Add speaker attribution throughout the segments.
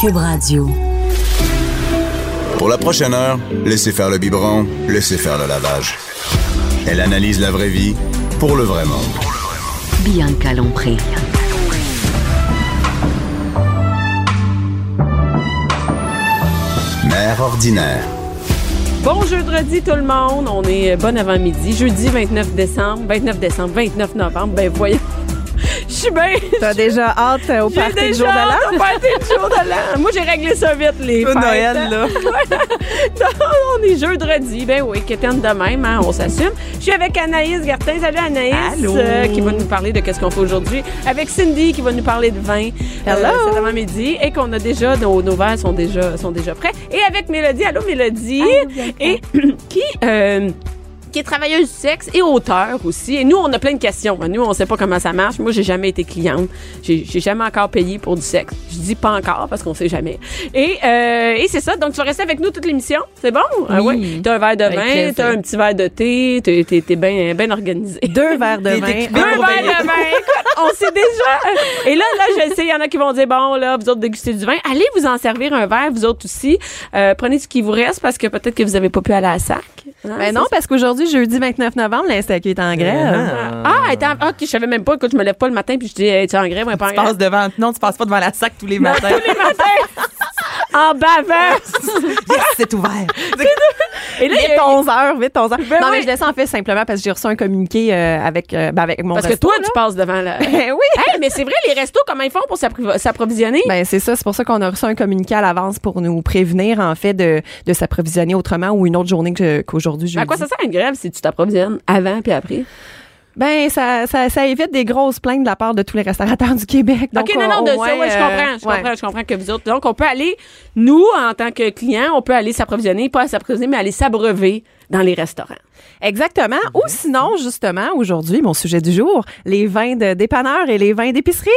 Speaker 1: Cube Radio.
Speaker 2: Pour la prochaine heure, laissez faire le biberon, laissez faire le lavage. Elle analyse la vraie vie pour le vrai monde.
Speaker 1: Bianca Lompré.
Speaker 2: Mère ordinaire.
Speaker 3: Bon jeudi tout le monde, on est euh, bon avant midi, jeudi 29 décembre, 29 décembre, 29 novembre, ben voyons. Je suis bien.
Speaker 4: T'as déjà hâte euh, au
Speaker 3: J'ai
Speaker 4: party du
Speaker 3: déjà
Speaker 4: jour de l'an?
Speaker 3: hâte au party du jour de l'an. Moi, j'ai réglé ça vite, les
Speaker 4: Toi,
Speaker 3: fêtes.
Speaker 4: Noël, là.
Speaker 3: Non, on est jeudi. Ben oui, qu'étienne de même, hein, on s'assume. Je suis avec Anaïs Gartin. Salut Anaïs. euh,
Speaker 4: Allô.
Speaker 3: qui va nous parler de qu'est-ce qu'on fait aujourd'hui. Avec Cindy, qui va nous parler de vin. Euh,
Speaker 4: Hello.
Speaker 3: cet avant-midi. Et qu'on a déjà, nos, nos verres sont déjà, sont déjà prêts. Et avec Mélodie. Allô, Mélodie. et qui, euh, qui est travailleuse du sexe et auteur aussi. Et nous, on a plein de questions. Ben, Nous, on sait pas comment ça marche. Moi, j'ai jamais été cliente. J'ai j'ai jamais encore payé pour du sexe. Je dis pas encore parce qu'on sait jamais. Et, euh, et c'est ça. Donc, tu vas rester avec nous toute l'émission. C'est bon? Ah ouais. T'as un verre de vin,
Speaker 4: plaisir.
Speaker 3: t'as un petit verre de thé, t'es t'es- t'es bien ben organisé.
Speaker 4: Deux verres de
Speaker 3: Des-
Speaker 4: vin.
Speaker 3: des-
Speaker 4: un
Speaker 3: Deux verres
Speaker 4: pour Bélé.
Speaker 3: de vin. Écoute, on sait déjà. Et là, là, je sais, il y en a qui vont dire, bon, là, vous autres dégustez du vin. Allez vous en servir un verre, vous autres aussi. Euh, prenez ce qui vous reste parce que peut-être que vous avez pas pu aller à la sac. Hein,
Speaker 4: Ben non, parce qu'aujourd'hui, jeudi 29 novembre, l'Instacu est en grève.
Speaker 3: Ah, attends, ok, je savais même pas. Écoute, je me lève pas le matin puis je dis, hey, tu es en grève, ouais, pas en
Speaker 4: Tu
Speaker 3: grève.
Speaker 4: passes devant. Non, tu passes pas devant la sac tous les matins.
Speaker 3: En bavant.
Speaker 4: yes, c'est ouvert. Ben
Speaker 3: Et là, il y
Speaker 4: Vite
Speaker 3: a-
Speaker 4: 11 heures, vite 11 heures. non,
Speaker 3: oui.
Speaker 4: mais je laisse en fait simplement parce que j'ai reçu un communiqué euh, avec, euh, ben, avec mon
Speaker 3: parce que
Speaker 4: resto,
Speaker 3: toi,
Speaker 4: là.
Speaker 3: tu passes devant là.
Speaker 4: Ben oui.
Speaker 3: hey, mais c'est vrai, les restos, comment ils font pour s'appro- s'approvisionner?
Speaker 4: Ben c'est ça, c'est pour ça qu'on a reçu un communiqué à l'avance pour nous prévenir en fait de, de s'approvisionner autrement ou une autre journée que- qu'aujourd'hui jeudi.
Speaker 3: à quoi ça sert une grève si tu t'approvisionnes avant puis après?
Speaker 4: Ben ça, ça, ça évite des grosses plaintes de la part de tous les restaurateurs du Québec. Donc,
Speaker 3: OK, non,
Speaker 4: on-
Speaker 3: non, de
Speaker 4: au
Speaker 3: ça,
Speaker 4: moins,
Speaker 3: ouais, je
Speaker 4: euh,
Speaker 3: comprends, je
Speaker 4: ouais.
Speaker 3: comprends, je comprends que vous autres. Donc, on peut aller, nous, en tant que clients, on peut aller s'approvisionner, pas s'approvisionner, mais aller s'abreuver dans les restaurants.
Speaker 4: Exactement. Ou sinon, justement, aujourd'hui, mon sujet du jour, les vins de dépanneurs et les vins d'épicerie.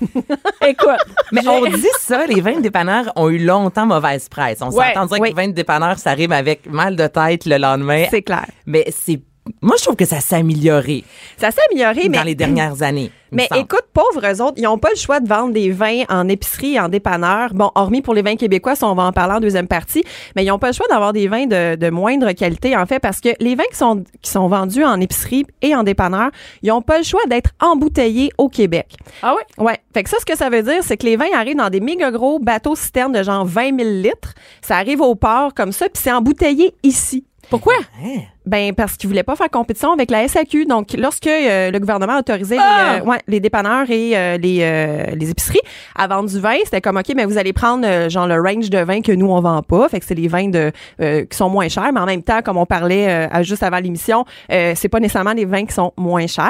Speaker 3: Écoute.
Speaker 5: Mais
Speaker 3: j'ai-
Speaker 5: on dit ça, les vins de dépanneurs ont eu longtemps mauvaise presse. On
Speaker 3: Ouais,
Speaker 5: s'entend dire
Speaker 4: oui.
Speaker 5: que vins de dépanneurs, ça rime avec mal de tête le lendemain.
Speaker 4: C'est clair.
Speaker 5: Mais c'est. Moi, je trouve que ça s'est amélioré
Speaker 4: Ça s'est amélioré, mais.
Speaker 5: dans les dernières années. il me
Speaker 4: Mais
Speaker 5: semble.
Speaker 4: écoute, pauvres eux autres, ils n'ont pas le choix de vendre des vins en épicerie, et en dépanneur. Bon, hormis pour les vins québécois, ça, on va en parler en deuxième partie, mais ils n'ont pas le choix d'avoir des vins de, de moindre qualité, en fait, parce que les vins qui sont, qui sont vendus en épicerie et en dépanneur, ils n'ont pas le choix d'être embouteillés au Québec.
Speaker 3: Ah ouais?
Speaker 4: Ouais. Fait que ça, ce que ça veut dire, c'est que les vins arrivent dans des méga gros bateaux citernes de genre 20 000 litres. Ça arrive au port comme ça, puis c'est embouteillé ici.
Speaker 3: Pourquoi?
Speaker 5: Hein?
Speaker 4: Ben parce qu'ils voulaient pas faire compétition avec la SAQ. Donc lorsque euh, le gouvernement a autorisé
Speaker 5: Ah!
Speaker 4: les, euh, ouais, les dépanneurs et euh, les, euh, les épiceries à vendre du vin, c'était comme OK, mais vous allez prendre euh, genre le range de vin que nous on vend pas, fait que c'est les vins de euh, qui sont moins chers, mais en même temps comme on parlait euh, à- juste avant l'émission, euh, c'est pas nécessairement des vins qui sont moins chers.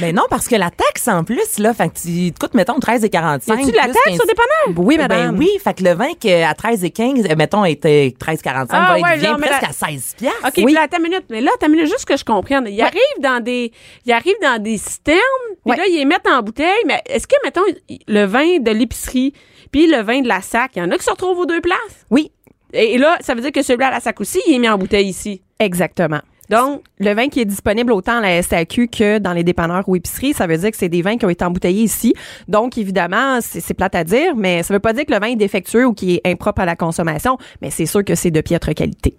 Speaker 5: Mais non, parce que la taxe en plus, là, fait que tu te coûtes, mettons,
Speaker 3: Y
Speaker 5: 13,45.
Speaker 3: a-tu de la
Speaker 5: plus
Speaker 3: taxe
Speaker 5: 15.
Speaker 3: sur dépanneur?
Speaker 4: Oui, madame.
Speaker 5: Ben oui, fait que le vin qui, à 13,15, euh, mettons, était 13,45,
Speaker 3: Ah
Speaker 5: va être
Speaker 3: ouais,
Speaker 5: bien
Speaker 3: genre, mais
Speaker 5: presque
Speaker 3: la-
Speaker 5: à 16 piastres.
Speaker 3: OK, puis là, ta minute. Mais là, ta minute, juste que je comprenne. Ils arrivent dans des, ils arrivent dans des citernes, puis
Speaker 4: Ouais.
Speaker 3: là, ils les mettent en bouteille. Mais est-ce que, mettons, le vin de l'épicerie, puis le vin de la sac, il y en a qui se retrouvent aux deux places?
Speaker 4: Oui,
Speaker 3: Et, et là, ça veut dire que celui-là à la sac aussi, il est mis en bouteille ici.
Speaker 4: exactement.
Speaker 3: Donc,
Speaker 4: Le vin qui est disponible autant à la SAQ que dans les dépanneurs ou épiceries, ça veut dire que c'est des vins qui ont été embouteillés ici. Donc, évidemment, c'est c'est plate à dire, mais ça veut pas dire que le vin est défectueux ou qu'il est impropre à la consommation, mais c'est sûr que c'est de piètre qualité.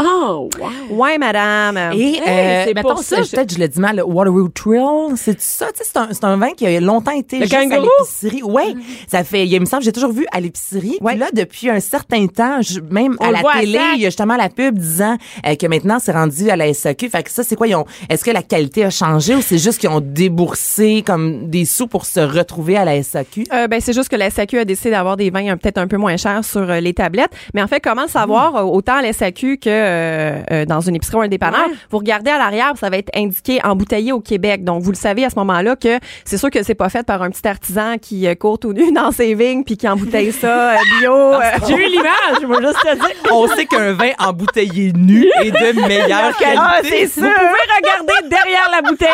Speaker 3: oh, wow.
Speaker 4: Ouais, madame.
Speaker 5: Et
Speaker 3: Hey, c'est
Speaker 5: euh, mettons
Speaker 3: pour
Speaker 5: ça,
Speaker 3: ça,
Speaker 5: je-
Speaker 3: je-
Speaker 5: peut-être je le dis mal, le Waterloo Trail, c'est ça, tu sais, c'est un, c'est un vin qui a longtemps été
Speaker 3: Le
Speaker 5: juste à
Speaker 3: kangourou?
Speaker 5: l'épicerie. Ouais, ça fait, il me semble, j'ai toujours vu à l'épicerie.
Speaker 4: Ouais.
Speaker 5: Puis là, depuis un certain temps, je- même
Speaker 3: On
Speaker 5: à
Speaker 3: le
Speaker 5: la
Speaker 3: voit à
Speaker 5: télé,
Speaker 3: sac.
Speaker 5: il y a justement la pub disant euh, que maintenant c'est rendu à la la SAQ. Fait que ça, c'est quoi? Ils ont, est-ce que la qualité a changé ou c'est juste qu'ils ont déboursé comme des sous pour se retrouver à la SAQ?
Speaker 4: Euh, ben, c'est juste que la SAQ a décidé d'avoir des vins euh, peut-être un peu moins chers sur euh, les tablettes. Mais en fait, comment le savoir euh, autant à la SAQ que euh, euh, dans une épicerie ou un dépanneur? Vous regardez à l'arrière, ça va être indiqué embouteillé au Québec. Donc, vous le savez à ce moment-là que c'est sûr que c'est pas fait par un petit artisan qui euh, court tout nu dans ses vignes puis qui embouteille ça euh, bio. euh,
Speaker 3: J'ai eu l'image, je veux juste te dire.
Speaker 5: On sait qu'un vin embouteillé nu est de
Speaker 4: Ah,
Speaker 5: meilleure qualité.
Speaker 4: c'est
Speaker 3: Vous
Speaker 4: ça!
Speaker 3: pouvez regarder derrière la bouteille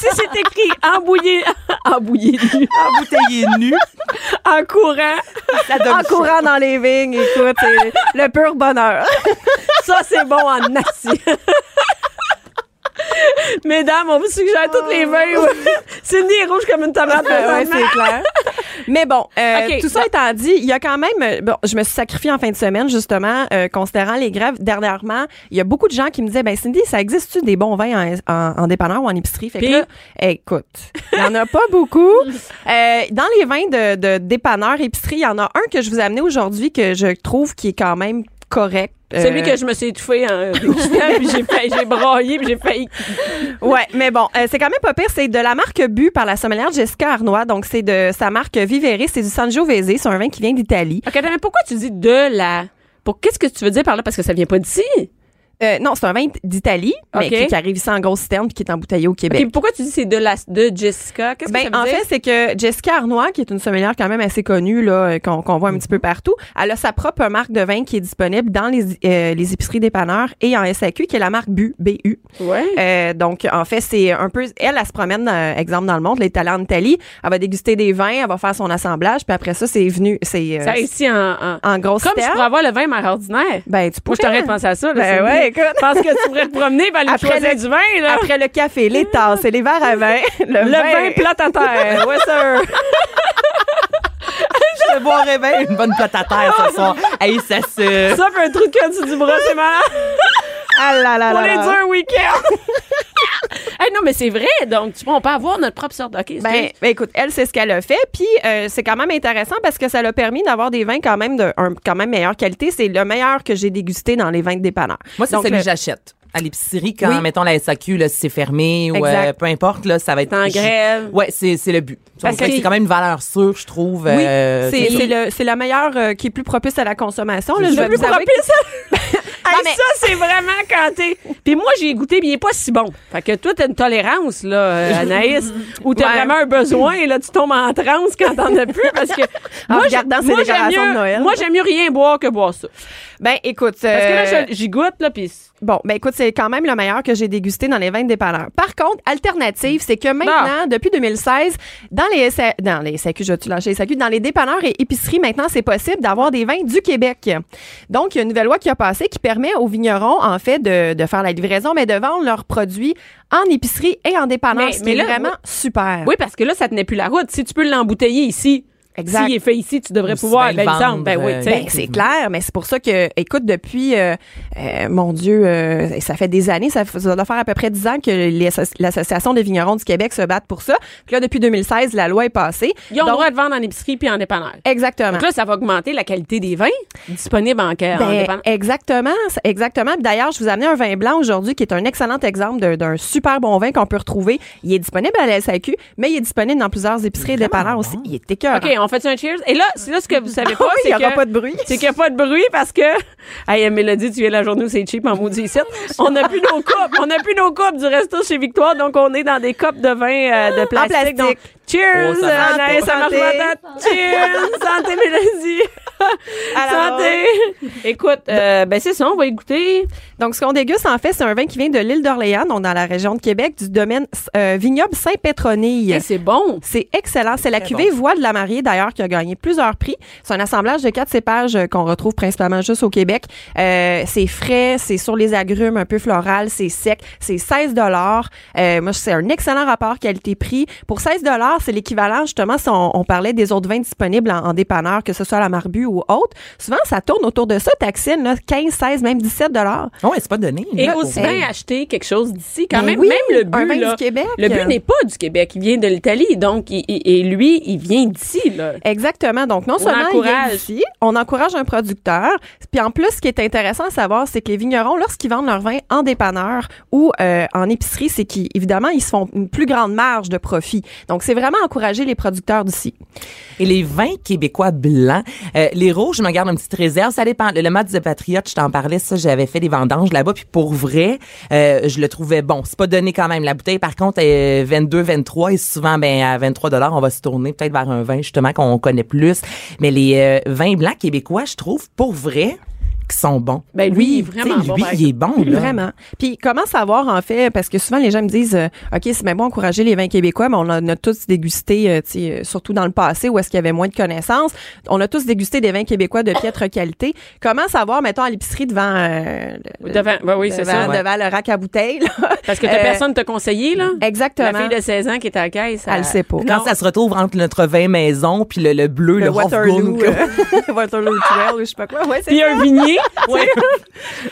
Speaker 3: si c'est écrit embouillé, embouillé nu,
Speaker 4: Ah,
Speaker 5: embouteillé nu.
Speaker 3: en courant.
Speaker 4: En courant dans les vignes, écoute, c'est le pur bonheur.
Speaker 3: Ça, c'est bon en acier. Mesdames, on vous suggère toutes les vins. C'est nez rouge comme une tomate.
Speaker 4: Ah, ouais, c'est clair. Mais bon, euh,
Speaker 3: Ok,
Speaker 4: tout ça étant dit, il y a quand même. euh, Bon, je me suis sacrifiée en fin de semaine, justement, euh, considérant les grèves. Dernièrement, il y a beaucoup de gens qui me disaient Ben, Cindy, ça existe-tu des bons vins en, en, en dépanneur ou en épicerie? Fait que
Speaker 3: Puis?
Speaker 4: là, écoute, il n'y en a pas beaucoup. Euh, dans les vins de, de dépanneur, épicerie, il y en a un que je vous ai amené aujourd'hui que je trouve qui est quand même correct.
Speaker 3: Celui
Speaker 4: Euh,
Speaker 3: que je me suis étouffée en dégustant, puis j'ai failli- j'ai braillé, puis j'ai failli.
Speaker 4: Ouais, mais bon, euh, c'est quand même pas pire. C'est de la marque Bu par la sommelière Jessica Arnois. Donc, c'est de sa marque Vivere. C'est du Sangiovese. C'est un vin qui vient d'Italie.
Speaker 3: OK, attends, mais pourquoi tu dis de la. Pour qu'est-ce que tu veux dire par là? Parce que ça vient pas d'ici.
Speaker 4: Euh, non, c'est un vin d'Italie, mais
Speaker 3: Ok.
Speaker 4: qui, qui arrive ici en grosse citerne puis qui est embouteillé au Québec.
Speaker 3: OK, pourquoi tu dis c'est de la de Jessica? Qu'est-ce
Speaker 4: Ben,
Speaker 3: que ça veut
Speaker 4: en
Speaker 3: dire?
Speaker 4: fait, c'est que Jessica Arnois, qui est une sommelière quand même assez connue, là, euh, qu'on qu'on voit
Speaker 3: Mm.
Speaker 4: un petit peu partout, elle a sa propre marque de vin qui est disponible dans les, euh, les épiceries dépanneurs et en SAQ, qui est la marque BU. BU.
Speaker 3: ouais.
Speaker 4: Euh, donc, en fait, c'est un peu... Elle, elle, se promène, euh, exemple, dans le monde, les talents en Italie. Elle va déguster des vins, elle va faire son assemblage, puis après ça, c'est venu... C'est euh,
Speaker 3: ça ici en. en-
Speaker 4: en grosse
Speaker 3: Comme je
Speaker 4: citerne.
Speaker 3: pourrais avoir le vin mère ordinaire.
Speaker 4: Ben, tu
Speaker 3: Moi,
Speaker 4: pourrais.
Speaker 3: je t'aurais pensé à ça. là,
Speaker 4: Ben
Speaker 3: Cindy.
Speaker 4: ouais, écoute.
Speaker 3: Parce que tu pourrais te promener, puis aller me
Speaker 4: Après
Speaker 3: choisir
Speaker 4: le-
Speaker 3: du vin, là. Ah.
Speaker 4: Après le café, les tasses et les verres à vin, le,
Speaker 3: le vin, plate à terre. Ouais, sir.
Speaker 5: Je te boirais bien une bonne pote à terre ce soir. Hey, ça se...
Speaker 3: Ça, fait un truc que tu dis bras, c'est malade.
Speaker 4: Ah là là
Speaker 3: On
Speaker 4: là
Speaker 3: est
Speaker 4: là.
Speaker 3: dû un week-end. Hey, non, mais c'est vrai. Donc, tu vois, on peut avoir notre propre sorte. OK,
Speaker 4: Ben,
Speaker 3: excuse.
Speaker 4: ben, écoute, elle, c'est ce qu'elle a fait. Puis, euh, c'est quand même intéressant parce que ça l'a permis d'avoir des vins quand même de un- quand même meilleure qualité. C'est le meilleur que j'ai dégusté dans les vins de dépanneur.
Speaker 5: Moi, c'est
Speaker 4: Donc,
Speaker 5: celui
Speaker 4: le-
Speaker 5: que j'achète. À l'épicerie, quand,
Speaker 4: Oui.
Speaker 5: mettons, la SAQ, là, si c'est fermé ou
Speaker 4: Exact.
Speaker 5: euh, peu importe, là, ça va être...
Speaker 3: T'es en
Speaker 5: ju-
Speaker 3: grève.
Speaker 5: Ouais, c'est, c'est le but.
Speaker 3: Parce
Speaker 5: Parce que
Speaker 3: que-
Speaker 5: c'est quand même une valeur sûre, je trouve.
Speaker 4: Oui,
Speaker 5: euh,
Speaker 4: c'est c'est le- c'est la meilleure euh, qui est plus propice à la consommation. Là, je vais
Speaker 3: le plus
Speaker 4: vous avouer
Speaker 3: propice. Hey,
Speaker 4: Non, mais-
Speaker 3: Ça, c'est vraiment canté. Puis moi, j'ai goûté, mais il est pas si bon. Fait que toi, t'as une tolérance, là, euh, Anaïs, où t'as
Speaker 4: Ouais.
Speaker 3: vraiment un besoin, et là, tu tombes en transe quand t'en as plus, parce que...
Speaker 4: En
Speaker 3: moi, j'ai-
Speaker 4: regardant ces
Speaker 3: moi, j'aime
Speaker 4: décorations de
Speaker 3: mieux-
Speaker 4: Noël.
Speaker 3: Moi, j'aime mieux rien boire que boire ça.
Speaker 4: Ben, écoute.
Speaker 3: Parce que là,
Speaker 4: euh,
Speaker 3: je- j'y goûte, là, puis...
Speaker 4: Bon, ben écoute, c'est quand même le meilleur que j'ai dégusté dans les vins de dépanneur. Par contre, alternative, c'est que maintenant, depuis 2016, dans les SA, dans les SAQ, je vais-tu lâcher les SAQ, dans les dépanneurs et épiceries, maintenant, c'est possible d'avoir des vins du Québec. Donc, il y a une nouvelle loi qui a passé qui permet aux vignerons, en fait, de, de faire la livraison, mais de vendre leurs produits en épicerie et en dépanneur,
Speaker 3: Mais-
Speaker 4: ce qui
Speaker 3: mais
Speaker 4: est
Speaker 3: là,
Speaker 4: vraiment
Speaker 3: oui.
Speaker 4: super.
Speaker 3: Oui, parce que là, ça tenait plus la route. Si tu peux l'embouteiller ici,
Speaker 4: Exact.
Speaker 3: s'il est fait ici, tu devrais
Speaker 5: Ou si
Speaker 3: pouvoir.
Speaker 5: bien
Speaker 3: Ben,
Speaker 5: le
Speaker 3: il me semble. Ben
Speaker 5: vendre,
Speaker 3: oui,
Speaker 5: euh,
Speaker 3: tu sais.
Speaker 4: Ben, c'est clair, mais c'est pour ça que, écoute, depuis, euh, euh, mon Dieu, euh, ça fait des années, ça, fait- ça doit faire à peu près 10 ans que les asso- l'Association des vignerons du Québec se bat pour ça. Puis là, depuis 2016, la loi est passée.
Speaker 3: Ils ont le
Speaker 4: Donc-
Speaker 3: droit de vendre en épicerie puis en dépanneur.
Speaker 4: Exactement.
Speaker 3: Donc là, ça va augmenter la qualité des vins disponibles en, en
Speaker 4: Ben,
Speaker 3: dépanneur.
Speaker 4: exactement, c'est- exactement. Puis D'ailleurs, je vous ai amené un vin blanc aujourd'hui qui est un excellent exemple d'un- d'un super bon vin qu'on peut retrouver. Il est disponible à la SAQ, mais il est disponible dans plusieurs épiceries et dépanneurs aussi. Il est écœurant.
Speaker 3: OK, on fait un cheers. Et là, c'est là ce que vous savez pas,
Speaker 4: Ah oui,
Speaker 3: c'est
Speaker 4: il y aura
Speaker 3: que-
Speaker 4: pas de bruit.
Speaker 3: C'est qu'il n'y a pas de bruit parce que. Hey, Mélodie, tu viens la journée où c'est cheap en maudit ici. On n'a plus nos coupes. On n'a plus nos coupes du resto chez Victoire, donc on est dans des copes de vin euh, de plastique.
Speaker 4: plastique.
Speaker 3: Donc, cheers,
Speaker 5: Oh, ça marche
Speaker 3: Anaïs,
Speaker 4: pas.
Speaker 3: ça marche
Speaker 4: Santé.
Speaker 3: pas tant. Cheers, santé, Mélodie.
Speaker 4: Alors.
Speaker 3: Santé. Écoute, euh, ben c'est ça, on va y goûter.
Speaker 4: Donc, ce qu'on déguste, en fait, c'est un vin qui vient de l'île d'Orléans, donc dans la région de Québec, du domaine euh, vignoble Saint-Pétronille.
Speaker 3: Hey, c'est bon.
Speaker 4: C'est excellent. C'est la cuvée Voix de la Mariée, d'ailleurs, qui a gagné plusieurs prix. C'est un assemblage de quatre cépages euh, qu'on retrouve principalement juste au Québec. Euh, c'est frais, c'est sur les agrumes, un peu floral, c'est sec. C'est 16 dollars. Euh, moi, c'est un excellent rapport qualité-prix. Pour 16 dollars, c'est l'équivalent, justement, si on, on parlait des autres vins disponibles en, en dépanneur, que ce soit à la Marbu ou autre. Souvent, ça tourne autour de ça, taxine, là, 15, 16, même 17 dollars.
Speaker 5: Ouais, c'est pas donné.
Speaker 3: Et
Speaker 5: là,
Speaker 3: aussi
Speaker 5: pour-
Speaker 3: bien acheter quelque chose d'ici, quand
Speaker 4: Ben
Speaker 3: même.
Speaker 4: oui,
Speaker 3: même le
Speaker 4: un
Speaker 3: but,
Speaker 4: vin
Speaker 3: là,
Speaker 4: du Québec.
Speaker 3: le but n'est pas du Québec. Il vient de l'Italie. Donc, il- il- et lui, il vient d'ici, là.
Speaker 4: Exactement. Donc, non
Speaker 3: On
Speaker 4: seulement il vient
Speaker 3: encourage.
Speaker 4: d'ici, on encourage un producteur. Puis en plus, ce qui est intéressant à savoir, c'est que les vignerons, lorsqu'ils vendent leur vin en dépanneur ou euh, en épicerie, c'est qu'évidemment, ils se font une plus grande marge de profit. Donc, c'est vraiment encourager les producteurs d'ici.
Speaker 5: Et les vins québécois blancs, euh, les rouges, je me garde une petite réserve. Ça dépend. Le, le match de Patriote, je t'en parlais, ça, j'avais fait des vendanges là-bas. Puis pour vrai, euh, je le trouvais bon. C'est pas donné quand même. La bouteille, par contre, euh, est 22, 23. Et souvent, ben, à 23 on va se tourner peut-être vers un vin, justement, qu'on connaît plus. Mais les euh, vins blancs québécois, je trouve, pour vrai, qui sont bons.
Speaker 3: Ben, lui, il est
Speaker 5: tu sais,
Speaker 3: vraiment bon,
Speaker 5: Lui,
Speaker 3: par
Speaker 5: il est bon, là.
Speaker 4: Vraiment. Puis comment savoir en fait parce que souvent les gens me disent euh, OK, c'est bien bon encourager les vins québécois, mais on en a tous dégusté euh, tu sais, euh, surtout dans le passé où est-ce qu'il y avait moins de connaissances, on a tous dégusté des vins québécois de piètre qualité. Comment savoir mettons à l'épicerie devant euh, le-
Speaker 3: Devant- ben oui, c'est
Speaker 4: devant,
Speaker 3: ça, ouais.
Speaker 4: devant le rack à bouteilles. là.
Speaker 3: Parce que t'as
Speaker 4: Euh,
Speaker 3: personne te conseiller, là.
Speaker 4: Exactement.
Speaker 3: La fille de 16 ans qui est à la caisse.
Speaker 4: Elle le sait pas.
Speaker 5: Quand ça se retrouve entre notre vin maison puis le, le bleu, le,
Speaker 4: le
Speaker 5: Hofgun,
Speaker 4: Waterloo,
Speaker 5: là.
Speaker 4: euh, Waterloo Trail ou je sais pas quoi. Ouais, c'est
Speaker 3: Puis un vignier. ouais. Ah,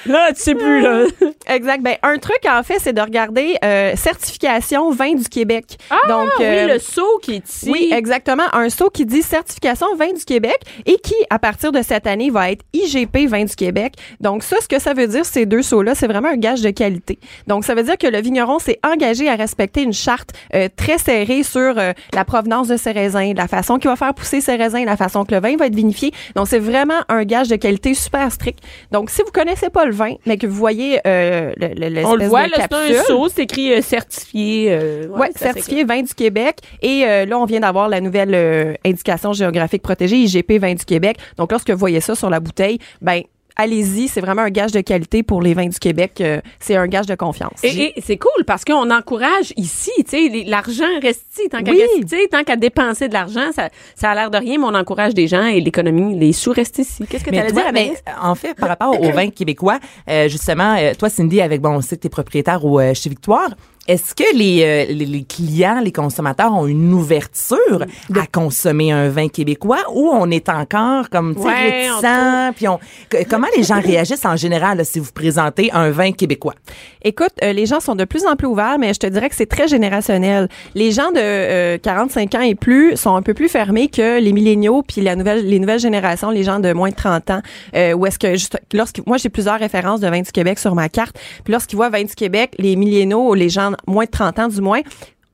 Speaker 3: Là, tu sais plus, là.
Speaker 4: Exact. Ben, un truc, en fait, c'est de regarder euh, certification vin du Québec. Donc,
Speaker 3: Ah
Speaker 4: euh,
Speaker 3: oui, le seau qui est ici.
Speaker 4: Oui, exactement. Un saut qui dit certification vin du Québec et qui, à partir de cette année, va être IGP vin du Québec. Donc, ça, ce que ça veut dire, ces deux sauts-là, c'est vraiment un gage de qualité. Donc, ça veut dire que le vigneron s'est engagé à respecter une charte euh, très serrée sur euh, la provenance de ses raisins, la façon qu'il va faire pousser ses raisins, la façon que le vin va être vinifié. Donc, c'est vraiment un gage de qualité super strict. Donc, si vous connaissez pas le vin, mais que vous voyez euh, le, le, l'espèce
Speaker 3: On le voit,
Speaker 4: de
Speaker 3: là, c'est
Speaker 4: capsule,
Speaker 3: un seau. C'est écrit euh, certifié. euh,
Speaker 4: Ouais,
Speaker 3: c'est assez
Speaker 4: certifié vin du Québec. Et euh, là, on vient d'avoir la nouvelle euh, indication géographique protégée, IGP vin du Québec. Donc, lorsque vous voyez ça sur la bouteille, ben allez-y, c'est vraiment un gage de qualité pour les vins du Québec. euh, c'est un gage de confiance.
Speaker 3: Et, et c'est cool parce qu'on encourage ici, tu sais, les- l'argent reste ici. Tant qu'à
Speaker 4: Oui.
Speaker 3: gaspiller, tu sais, tant qu'à dépenser de l'argent, ça, ça a l'air de rien, mais on encourage des gens et l'économie, les sous restent ici. Qu'est-ce que tu
Speaker 5: Mais
Speaker 3: allais
Speaker 5: toi,
Speaker 3: dire,
Speaker 5: mais,
Speaker 3: Anaïs?
Speaker 5: euh, en fait, par rapport au vin québécois, euh, justement, euh, toi, Cindy, avec, bon, on sait que t'es propriétaire au, euh, chez Victoire. Est-ce que les, euh, les, les clients, les consommateurs ont une ouverture à consommer un vin québécois ou on est encore comme tu sais,
Speaker 3: Ouais,
Speaker 5: réticent? Puis on, que- comment les gens réagissent en général là, si vous présentez un vin québécois?
Speaker 4: Écoute, euh, les gens sont de plus en plus ouverts, mais je te dirais que c'est très générationnel. Les gens de euh, 45 ans et plus sont un peu plus fermés que les milléniaux puis la nouvelle, les nouvelles générations, les gens de moins de 30 ans. Euh, où est-ce que juste, lorsque moi j'ai plusieurs références de Vin du Québec sur ma carte, puis lorsqu'ils voient Vin du Québec, les milléniaux, les gens de moins de 30 ans du moins.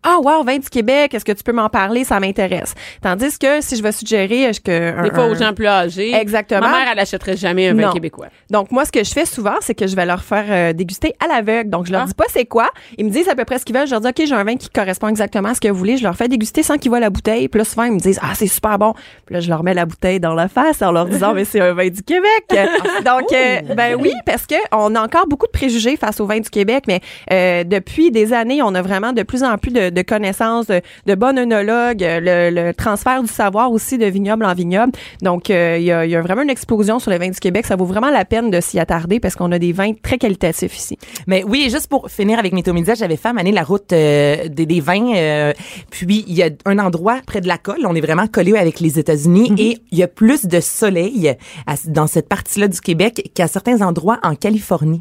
Speaker 4: Ah, wow, vin du Québec, est-ce que tu peux m'en parler? Ça m'intéresse. Tandis que si je vais suggérer, est-ce que.
Speaker 3: Des
Speaker 4: un-
Speaker 3: fois, aux
Speaker 4: un-
Speaker 3: gens plus âgés.
Speaker 4: Exactement.
Speaker 3: Ma mère, elle achèterait jamais un vin
Speaker 4: Non.
Speaker 3: québécois.
Speaker 4: donc, moi, ce que je fais souvent, c'est que je vais leur faire euh, déguster à l'aveugle. Donc, je leur dis pas c'est quoi. Ils me disent à peu près ce qu'ils veulent. Je leur dis, OK, j'ai un vin qui correspond exactement à ce que vous voulez. Je leur fais déguster sans qu'ils voient la bouteille. Puis là, souvent, ils me disent, ah, c'est super bon. Puis là, je leur mets la bouteille dans la face en leur disant, mais c'est un vin du Québec. Donc, euh, ben oui, parce que on a encore beaucoup de préjugés face au vin du Québec, mais euh, depuis des années, on a vraiment de plus en plus de, de connaissances, de, de bons œnologues, euh, le, le transfert du savoir aussi de vignoble en vignoble. Donc, euh, il y, a, il y a vraiment une explosion sur les vins du Québec. Ça vaut vraiment la peine de s'y attarder parce qu'on a des vins très qualitatifs ici.
Speaker 5: Mais oui, et juste pour finir avec mes taux médias, j'avais fait amener la route euh, des, des vins. euh, puis il y a un endroit près de la colle, on est vraiment collé avec les États-Unis
Speaker 3: Mhm.
Speaker 5: et il y a plus de soleil euh, à- dans cette partie-là du Québec qu'à certains endroits en Californie.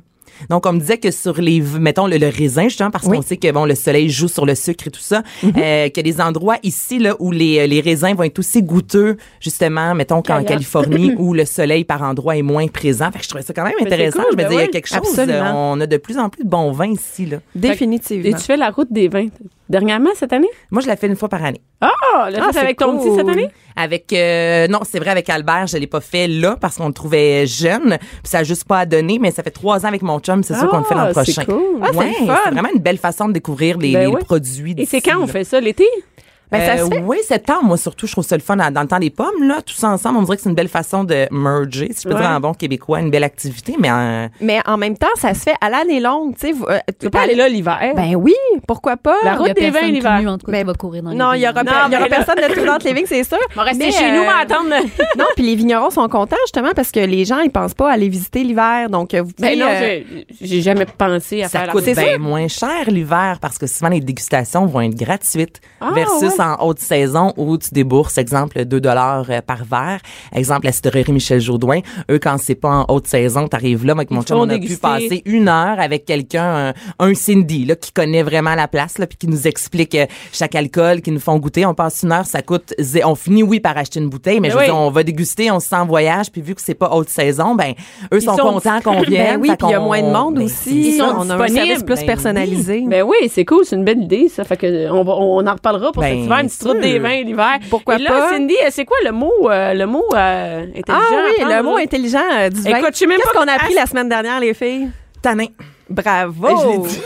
Speaker 5: Donc, on me disait que sur les, v- mettons, le, le raisin, justement, parce qu'on sait que, bon, le soleil joue sur le sucre et tout ça,
Speaker 3: Mhm.
Speaker 5: euh, qu'il y a des endroits ici, là, où les, les raisins vont être aussi goûteux, justement, mettons, qu'en Californie, où le soleil, par endroit, est moins présent. Fait que je trouvais ça quand même
Speaker 3: c'est
Speaker 5: intéressant.
Speaker 3: cool,
Speaker 5: je me
Speaker 3: ben
Speaker 5: disais, il y
Speaker 3: oui.
Speaker 5: a quelque chose,
Speaker 4: Absolument.
Speaker 5: euh, on a de plus en plus de bons vins ici. Là.
Speaker 3: Et
Speaker 4: Définitivement.
Speaker 3: tu fais la route des vins. Dernièrement, cette année?
Speaker 5: Moi, je la fais une fois par année.
Speaker 3: Ah, la
Speaker 4: Ah,
Speaker 3: route
Speaker 4: c'est
Speaker 3: avec ton petit cette
Speaker 4: cool.
Speaker 3: année?
Speaker 5: Avec euh, non, c'est vrai avec Albert, je l'ai pas fait là parce qu'on le trouvait jeune, puis ça a juste pas à donner. Mais ça fait trois ans avec mon chum, c'est sûr qu'on le fait l'an
Speaker 3: Ah, c'est
Speaker 5: prochain.
Speaker 3: cool. Ah,
Speaker 5: Ouais,
Speaker 3: c'est le fun.
Speaker 5: c'est vraiment une belle façon de découvrir les,
Speaker 3: Ben
Speaker 5: les
Speaker 3: ouais.
Speaker 5: produits.
Speaker 3: Et c'est
Speaker 5: d'ici,
Speaker 3: quand on
Speaker 5: là.
Speaker 3: fait ça? L'été?
Speaker 4: Ben, ça
Speaker 5: Euh,
Speaker 4: se fait.
Speaker 5: Oui, septembre, moi surtout, je trouve ça le fun à- dans le temps des pommes là, tous ensemble, on dirait que c'est une belle façon de merger, si je peux
Speaker 3: Ouais.
Speaker 5: dire en bon québécois, une belle activité, mais euh,
Speaker 4: Mais en même temps, ça se fait à l'année longue. Tu sais, vous- euh,
Speaker 3: Tu peux pas aller là l'hiver.
Speaker 4: Ben oui, pourquoi pas?
Speaker 3: La route
Speaker 6: Il y a
Speaker 3: des vins
Speaker 6: personne
Speaker 3: l'hiver.
Speaker 6: qui nu, en tout cas,
Speaker 4: Mais-
Speaker 6: qui va courir dans les
Speaker 4: Non, il y
Speaker 6: vignes.
Speaker 4: aura,
Speaker 3: Non,
Speaker 4: pe- il y aura
Speaker 3: mais là-
Speaker 4: personne de tout dans les vignes, c'est sûr.
Speaker 3: On va rester
Speaker 4: Mais,
Speaker 3: chez nous
Speaker 4: euh,
Speaker 3: à attendre.
Speaker 4: non, puis les vignerons sont contents justement parce que les gens ils pensent pas à aller visiter l'hiver, donc euh, vous pouvez.
Speaker 3: Ben non,
Speaker 4: euh,
Speaker 3: j'ai- j'ai jamais pensé à
Speaker 5: ça
Speaker 3: faire la
Speaker 5: coûte
Speaker 3: route.
Speaker 4: Ah,
Speaker 5: bien moins cher l'hiver parce que souvent les dégustations vont être gratuites versus plus en haute saison où tu débourses, exemple, 2 dollars euh, par verre. Exemple, la cidrerie Michel Jourdouin. Eux, quand c'est pas en haute saison, t'arrives là, moi, avec mon chum,
Speaker 3: font
Speaker 5: on a
Speaker 3: déguster.
Speaker 5: pu passer une heure avec quelqu'un, un, un Cindy, là, qui connaît vraiment la place, là, puis qui nous explique euh, chaque alcool, qui nous font goûter. On passe une heure, ça coûte, zé- on finit, oui, par acheter une bouteille, mais,
Speaker 3: Mais
Speaker 5: je veux
Speaker 3: oui.
Speaker 5: dire, on va déguster, on se sent en voyage, puis vu que c'est pas haute saison, ben, eux sont,
Speaker 3: sont-
Speaker 5: contents qu'on vienne.
Speaker 4: Ben oui,
Speaker 5: fait
Speaker 4: puis il y a
Speaker 5: qu'on-
Speaker 4: moins de monde
Speaker 5: Ben,
Speaker 4: aussi.
Speaker 3: ils sont
Speaker 4: on a un
Speaker 3: disponibles.
Speaker 4: service plus
Speaker 5: Ben
Speaker 4: personnalisé.
Speaker 3: Ben oui, c'est cool, c'est une belle idée, ça. Fait que euh, on, va, on en reparlera pour
Speaker 5: Ben,
Speaker 3: cet hiver, une petite
Speaker 5: sûr.
Speaker 3: route des vins l'hiver.
Speaker 4: Pourquoi
Speaker 3: Et là,
Speaker 4: pas?
Speaker 3: Cindy, euh, c'est quoi le mot, euh, le mot euh, intelligent?
Speaker 4: Ah oui,
Speaker 3: à
Speaker 4: le
Speaker 3: prendre,
Speaker 4: mot
Speaker 3: là?
Speaker 4: intelligent euh, du vin.
Speaker 3: Écoute, je sais même
Speaker 4: Qu'est-ce
Speaker 3: pas
Speaker 4: qu'on a
Speaker 3: que-
Speaker 4: appris la semaine dernière, les filles?
Speaker 5: Tanin.
Speaker 4: Bravo!
Speaker 5: Ben, je l'ai dit.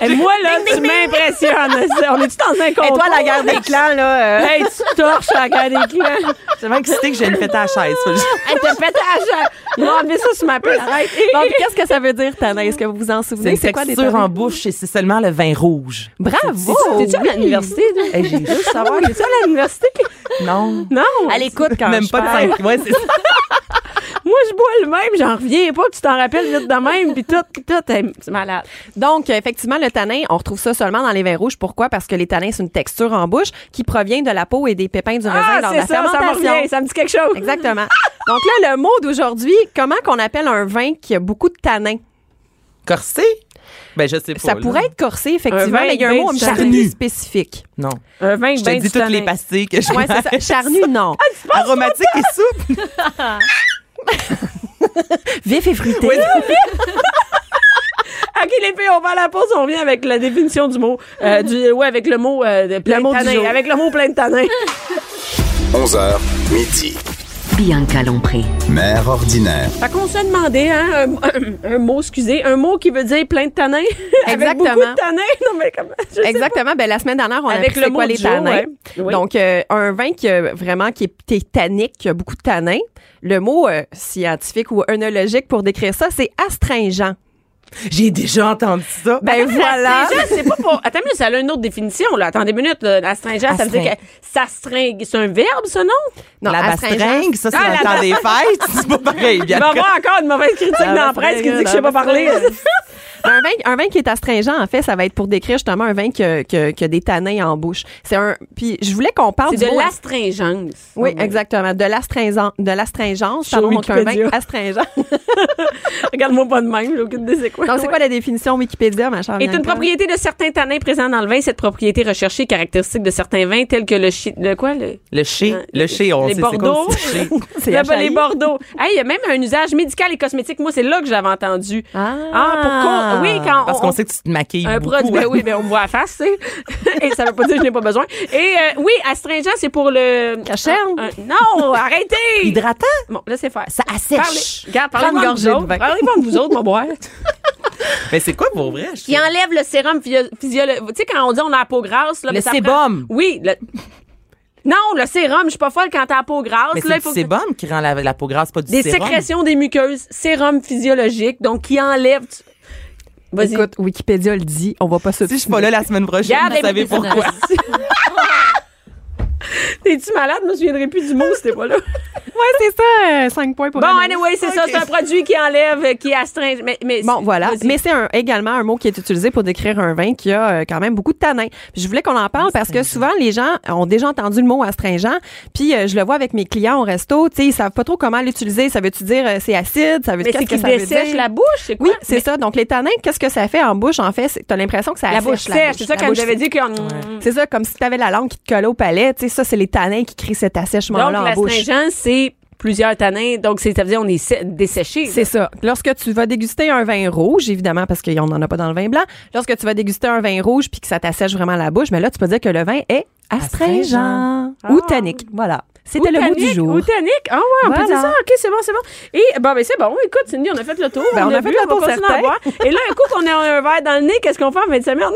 Speaker 3: Et moi, là, tu m'impressionnes. On est-tu dans un concours?
Speaker 4: Et toi, la guerre des clans, là. euh,
Speaker 3: Hey, tu torches à la guerre des clients.
Speaker 5: Je suis vraiment excitée que j'ai une fête à la chaise. Faut juste-
Speaker 3: Hey, t'as pété à la chaise. Ils ont enlevé ça sur ma pelle. Arrête.
Speaker 4: bon, puis qu'est-ce que ça veut dire, Tana? Est-ce que vous vous en souvenez?
Speaker 5: C'est
Speaker 4: quoi des
Speaker 5: texture en
Speaker 4: tanins?
Speaker 5: bouche et c'est seulement le vin rouge.
Speaker 4: Bravo!
Speaker 3: T'es-tu à l'université? toi?
Speaker 5: Hey, j'ai
Speaker 3: Je veux savoir, t'es-tu à l'université?
Speaker 5: Non.
Speaker 3: Non.
Speaker 4: À l'écoute quand
Speaker 5: Même
Speaker 4: je
Speaker 5: pas de
Speaker 4: parle.
Speaker 5: 5. Ouais, c'est ça.
Speaker 3: Moi, je bois le même, j'en reviens pas, tu t'en rappelles vite de même, puis tout, puis tout, hey, c'est malade.
Speaker 4: Donc, euh, effectivement, le tanin, on retrouve ça seulement dans les vins rouges. Pourquoi? Parce que les tanins, c'est une texture en bouche qui provient de la peau et des pépins du raisin lors de la fermentation.
Speaker 3: Ah, ça me dit quelque chose.
Speaker 4: Exactement. Donc là, le mot d'aujourd'hui, comment qu'on appelle un vin qui a beaucoup de tanins?
Speaker 5: Corsé? Ben, je sais pas.
Speaker 4: Ça
Speaker 5: là.
Speaker 4: pourrait être corsé, effectivement,
Speaker 3: Un vin
Speaker 4: mais il y a un
Speaker 3: bien
Speaker 4: mot un
Speaker 3: du
Speaker 4: petit
Speaker 3: tanin.
Speaker 4: peu spécifique.
Speaker 5: Non.
Speaker 3: Un vin
Speaker 5: Je
Speaker 3: ben
Speaker 5: te dis
Speaker 3: du
Speaker 5: toutes
Speaker 3: tanin.
Speaker 5: les pastilles que je
Speaker 4: Ouais, c'est ça. Charnu, non.
Speaker 3: Ah,
Speaker 5: Aromatique et souple.
Speaker 4: Vif et fruité.
Speaker 3: OK, les filles, on va à la pause, on revient avec la définition du mot. Euh, du, ouais, avec le mot euh, de plein
Speaker 4: Le mot
Speaker 3: de
Speaker 4: du
Speaker 3: tanin,
Speaker 4: jour.
Speaker 3: Avec le mot plein de tanin.
Speaker 2: 11h, midi.
Speaker 1: Bianca Lompré.
Speaker 2: Mère ordinaire.
Speaker 3: fait qu'on se demandait, hein, un, un mot, excusez, un mot qui veut dire plein de tanin. avec
Speaker 4: Exactement.
Speaker 3: beaucoup de tanin. Non, mais comment? je sais
Speaker 4: Exactement. Ben, la semaine dernière, on a
Speaker 3: Avec
Speaker 4: appris
Speaker 3: le
Speaker 4: c'est quoi
Speaker 3: mot
Speaker 4: les
Speaker 3: du jour,
Speaker 4: tanins.
Speaker 3: ouais. Oui.
Speaker 4: Donc, euh, un vin qui a vraiment qui est qui est tannique, qui a beaucoup de tanins. Le mot euh, scientifique ou œnologique pour décrire ça, c'est astringent.
Speaker 5: J'ai déjà entendu ça.
Speaker 4: Ben voilà.
Speaker 3: Astringent, c'est pas pour. Attends, mais ça a une autre définition, là. Attendez une minute, là. Astringent, ça veut dire que ça stringue. C'est un verbe, ça, non?
Speaker 4: Non,
Speaker 5: la
Speaker 4: astringent,
Speaker 5: bastringue, ça, c'est
Speaker 3: Ah,
Speaker 5: dans le
Speaker 3: la
Speaker 5: temps des fêtes. C'est pas pareil,
Speaker 3: Il va y
Speaker 5: Bianca.
Speaker 3: avoir encore une mauvaise critique dans la presse qui dit que je sais pas parler.
Speaker 4: un vin, un vin qui est astringent, en fait, ça va être pour décrire justement un vin qui a, qui a- qui a des tanins en bouche. C'est un. Puis, je voulais qu'on parle
Speaker 3: C'est de
Speaker 4: du mot-
Speaker 3: l'astringence.
Speaker 4: Oui, exactement. De l'astringent, de l'astringence,
Speaker 3: Sur
Speaker 4: pardon, donc un vin
Speaker 3: Wikipédia.
Speaker 4: astringent.
Speaker 3: Regarde-moi pas de même, j'ai aucune idée c'est quoi.
Speaker 4: Donc, c'est quoi la définition Wikipédia, ma chère
Speaker 3: est une
Speaker 4: Bianca?
Speaker 3: propriété de certains tanins présents dans le vin. Cette propriété recherchée est caractéristique de certains vins tels que le chi... le quoi le hein?
Speaker 5: Le ché, le ché, on
Speaker 3: les
Speaker 5: sait c'est quoi,
Speaker 3: Bordeaux.
Speaker 5: c'est le ché.
Speaker 4: C'est
Speaker 3: Le-
Speaker 4: HAI.
Speaker 3: les Bordeaux. Hey, il y a même un usage médical et cosmétique. Moi, c'est là que je l'avais entendu.
Speaker 4: Ah.
Speaker 3: pourquoi Oui, quand
Speaker 5: Parce
Speaker 3: on-
Speaker 5: qu'on sait que tu te maquilles
Speaker 3: un
Speaker 5: beaucoup.
Speaker 3: produit, ben oui, ben on me voit à la face, tu sais. Et ça veut pas dire que je n'ai pas besoin. Et euh, oui, astringent, c'est pour le... Ah,
Speaker 4: Cacherne.
Speaker 3: Un- un- non, arrêtez!
Speaker 5: hein. Hydratant?
Speaker 3: Bon, laissez faire.
Speaker 5: Ça
Speaker 3: Parlez,
Speaker 5: assèche.
Speaker 3: regarde,
Speaker 4: Prends une
Speaker 3: parlez-moi de
Speaker 4: gorgée
Speaker 3: vous
Speaker 4: de
Speaker 3: autres.
Speaker 4: vin.
Speaker 3: Parlez-moi de vous autres, moi, boire.
Speaker 5: Mais c'est quoi pour vrai?
Speaker 3: qui enlève le sérum physiologique. Tu sais, quand on dit on a la peau grasse, là,
Speaker 5: Le
Speaker 3: mais ça
Speaker 5: sébum.
Speaker 3: prend- Oui, le- Non, le sérum, je suis pas folle quand t'as la peau grasse.
Speaker 5: Mais
Speaker 3: là,
Speaker 5: c'est
Speaker 3: il faut
Speaker 5: du
Speaker 3: que-
Speaker 5: sébum qui rend la, la peau grasse, pas du
Speaker 3: Des
Speaker 5: sérum.
Speaker 3: sécrétions des muqueuses, sérum physiologique, donc qui enlève. tu- Vas-y.
Speaker 4: Écoute, Wikipédia le dit, on va pas se
Speaker 5: Si je suis pas là la semaine prochaine,
Speaker 3: Garde
Speaker 5: vous
Speaker 3: les
Speaker 5: savez
Speaker 3: médecins.
Speaker 5: pourquoi.
Speaker 3: T'es-tu malade? Je me souviendrai plus du mot si t'es pas là.
Speaker 4: Ouais, c'est ça, 5 points pour
Speaker 3: Bon,
Speaker 4: Anaïs.
Speaker 3: anyway, c'est ça.
Speaker 5: Ok.
Speaker 3: C'est un produit qui enlève, euh, qui astringe. Mais, mais-
Speaker 4: Bon, voilà.
Speaker 3: Vas-y.
Speaker 4: Mais c'est un- également un mot qui est utilisé pour décrire un vin qui a euh, quand même beaucoup de tanins. Puis Je voulais qu'on en parle parce que souvent, les gens ont déjà entendu le mot astringent. Puis euh, je le vois avec mes clients au resto. Tu sais, ils savent pas trop comment l'utiliser. Ça veut-tu dire euh, c'est acide? Ça
Speaker 3: mais
Speaker 4: veut
Speaker 3: c'est
Speaker 4: qu'est-ce que
Speaker 3: qui
Speaker 4: ça veut
Speaker 3: dessèche
Speaker 4: dire?
Speaker 3: la bouche, c'est quoi?
Speaker 4: Oui, c'est ça. Donc, les tanins, qu'est-ce que ça fait en bouche? En fait, c'est- t'as l'impression que ça
Speaker 3: La
Speaker 4: assèche
Speaker 3: bouche sèche. C'est ça
Speaker 4: La
Speaker 3: quand
Speaker 4: bouche
Speaker 3: j'avais dit mm, qu'on.
Speaker 4: C'est ça, comme si t'avais la langue qui te collait au palais. Tu sais, ça, c'est les tanins qui créent cet
Speaker 3: Donc,
Speaker 4: assèchement-là en bouche.
Speaker 3: l'astringent, c'est plusieurs tanins. Donc, c'est- ça veut dire on est sé- desséché.
Speaker 4: C'est ça. Lorsque tu vas déguster un vin rouge, évidemment, parce qu'on n'en a pas dans le vin blanc, lorsque tu vas déguster un vin rouge puis que ça t'assèche vraiment la bouche, mais là, tu peux dire que le vin est astringent ou
Speaker 3: Ah.
Speaker 4: tannique. Voilà. C'était le mot
Speaker 3: Outanique,
Speaker 4: du jour.
Speaker 3: Outanique. Ah ouais, on peut
Speaker 4: Voilà.
Speaker 3: dire ça. OK, c'est bon, c'est bon. Et bon, ben c'est bon. Écoute, Cindy, on a fait le tour.
Speaker 4: Ben, on a fait
Speaker 3: bu,
Speaker 4: le
Speaker 3: on va
Speaker 4: tour,
Speaker 3: continuer à
Speaker 4: certain.
Speaker 3: boire. Et là, un coup qu'on a un verre dans le nez, qu'est-ce qu'on fait en fin de semaine?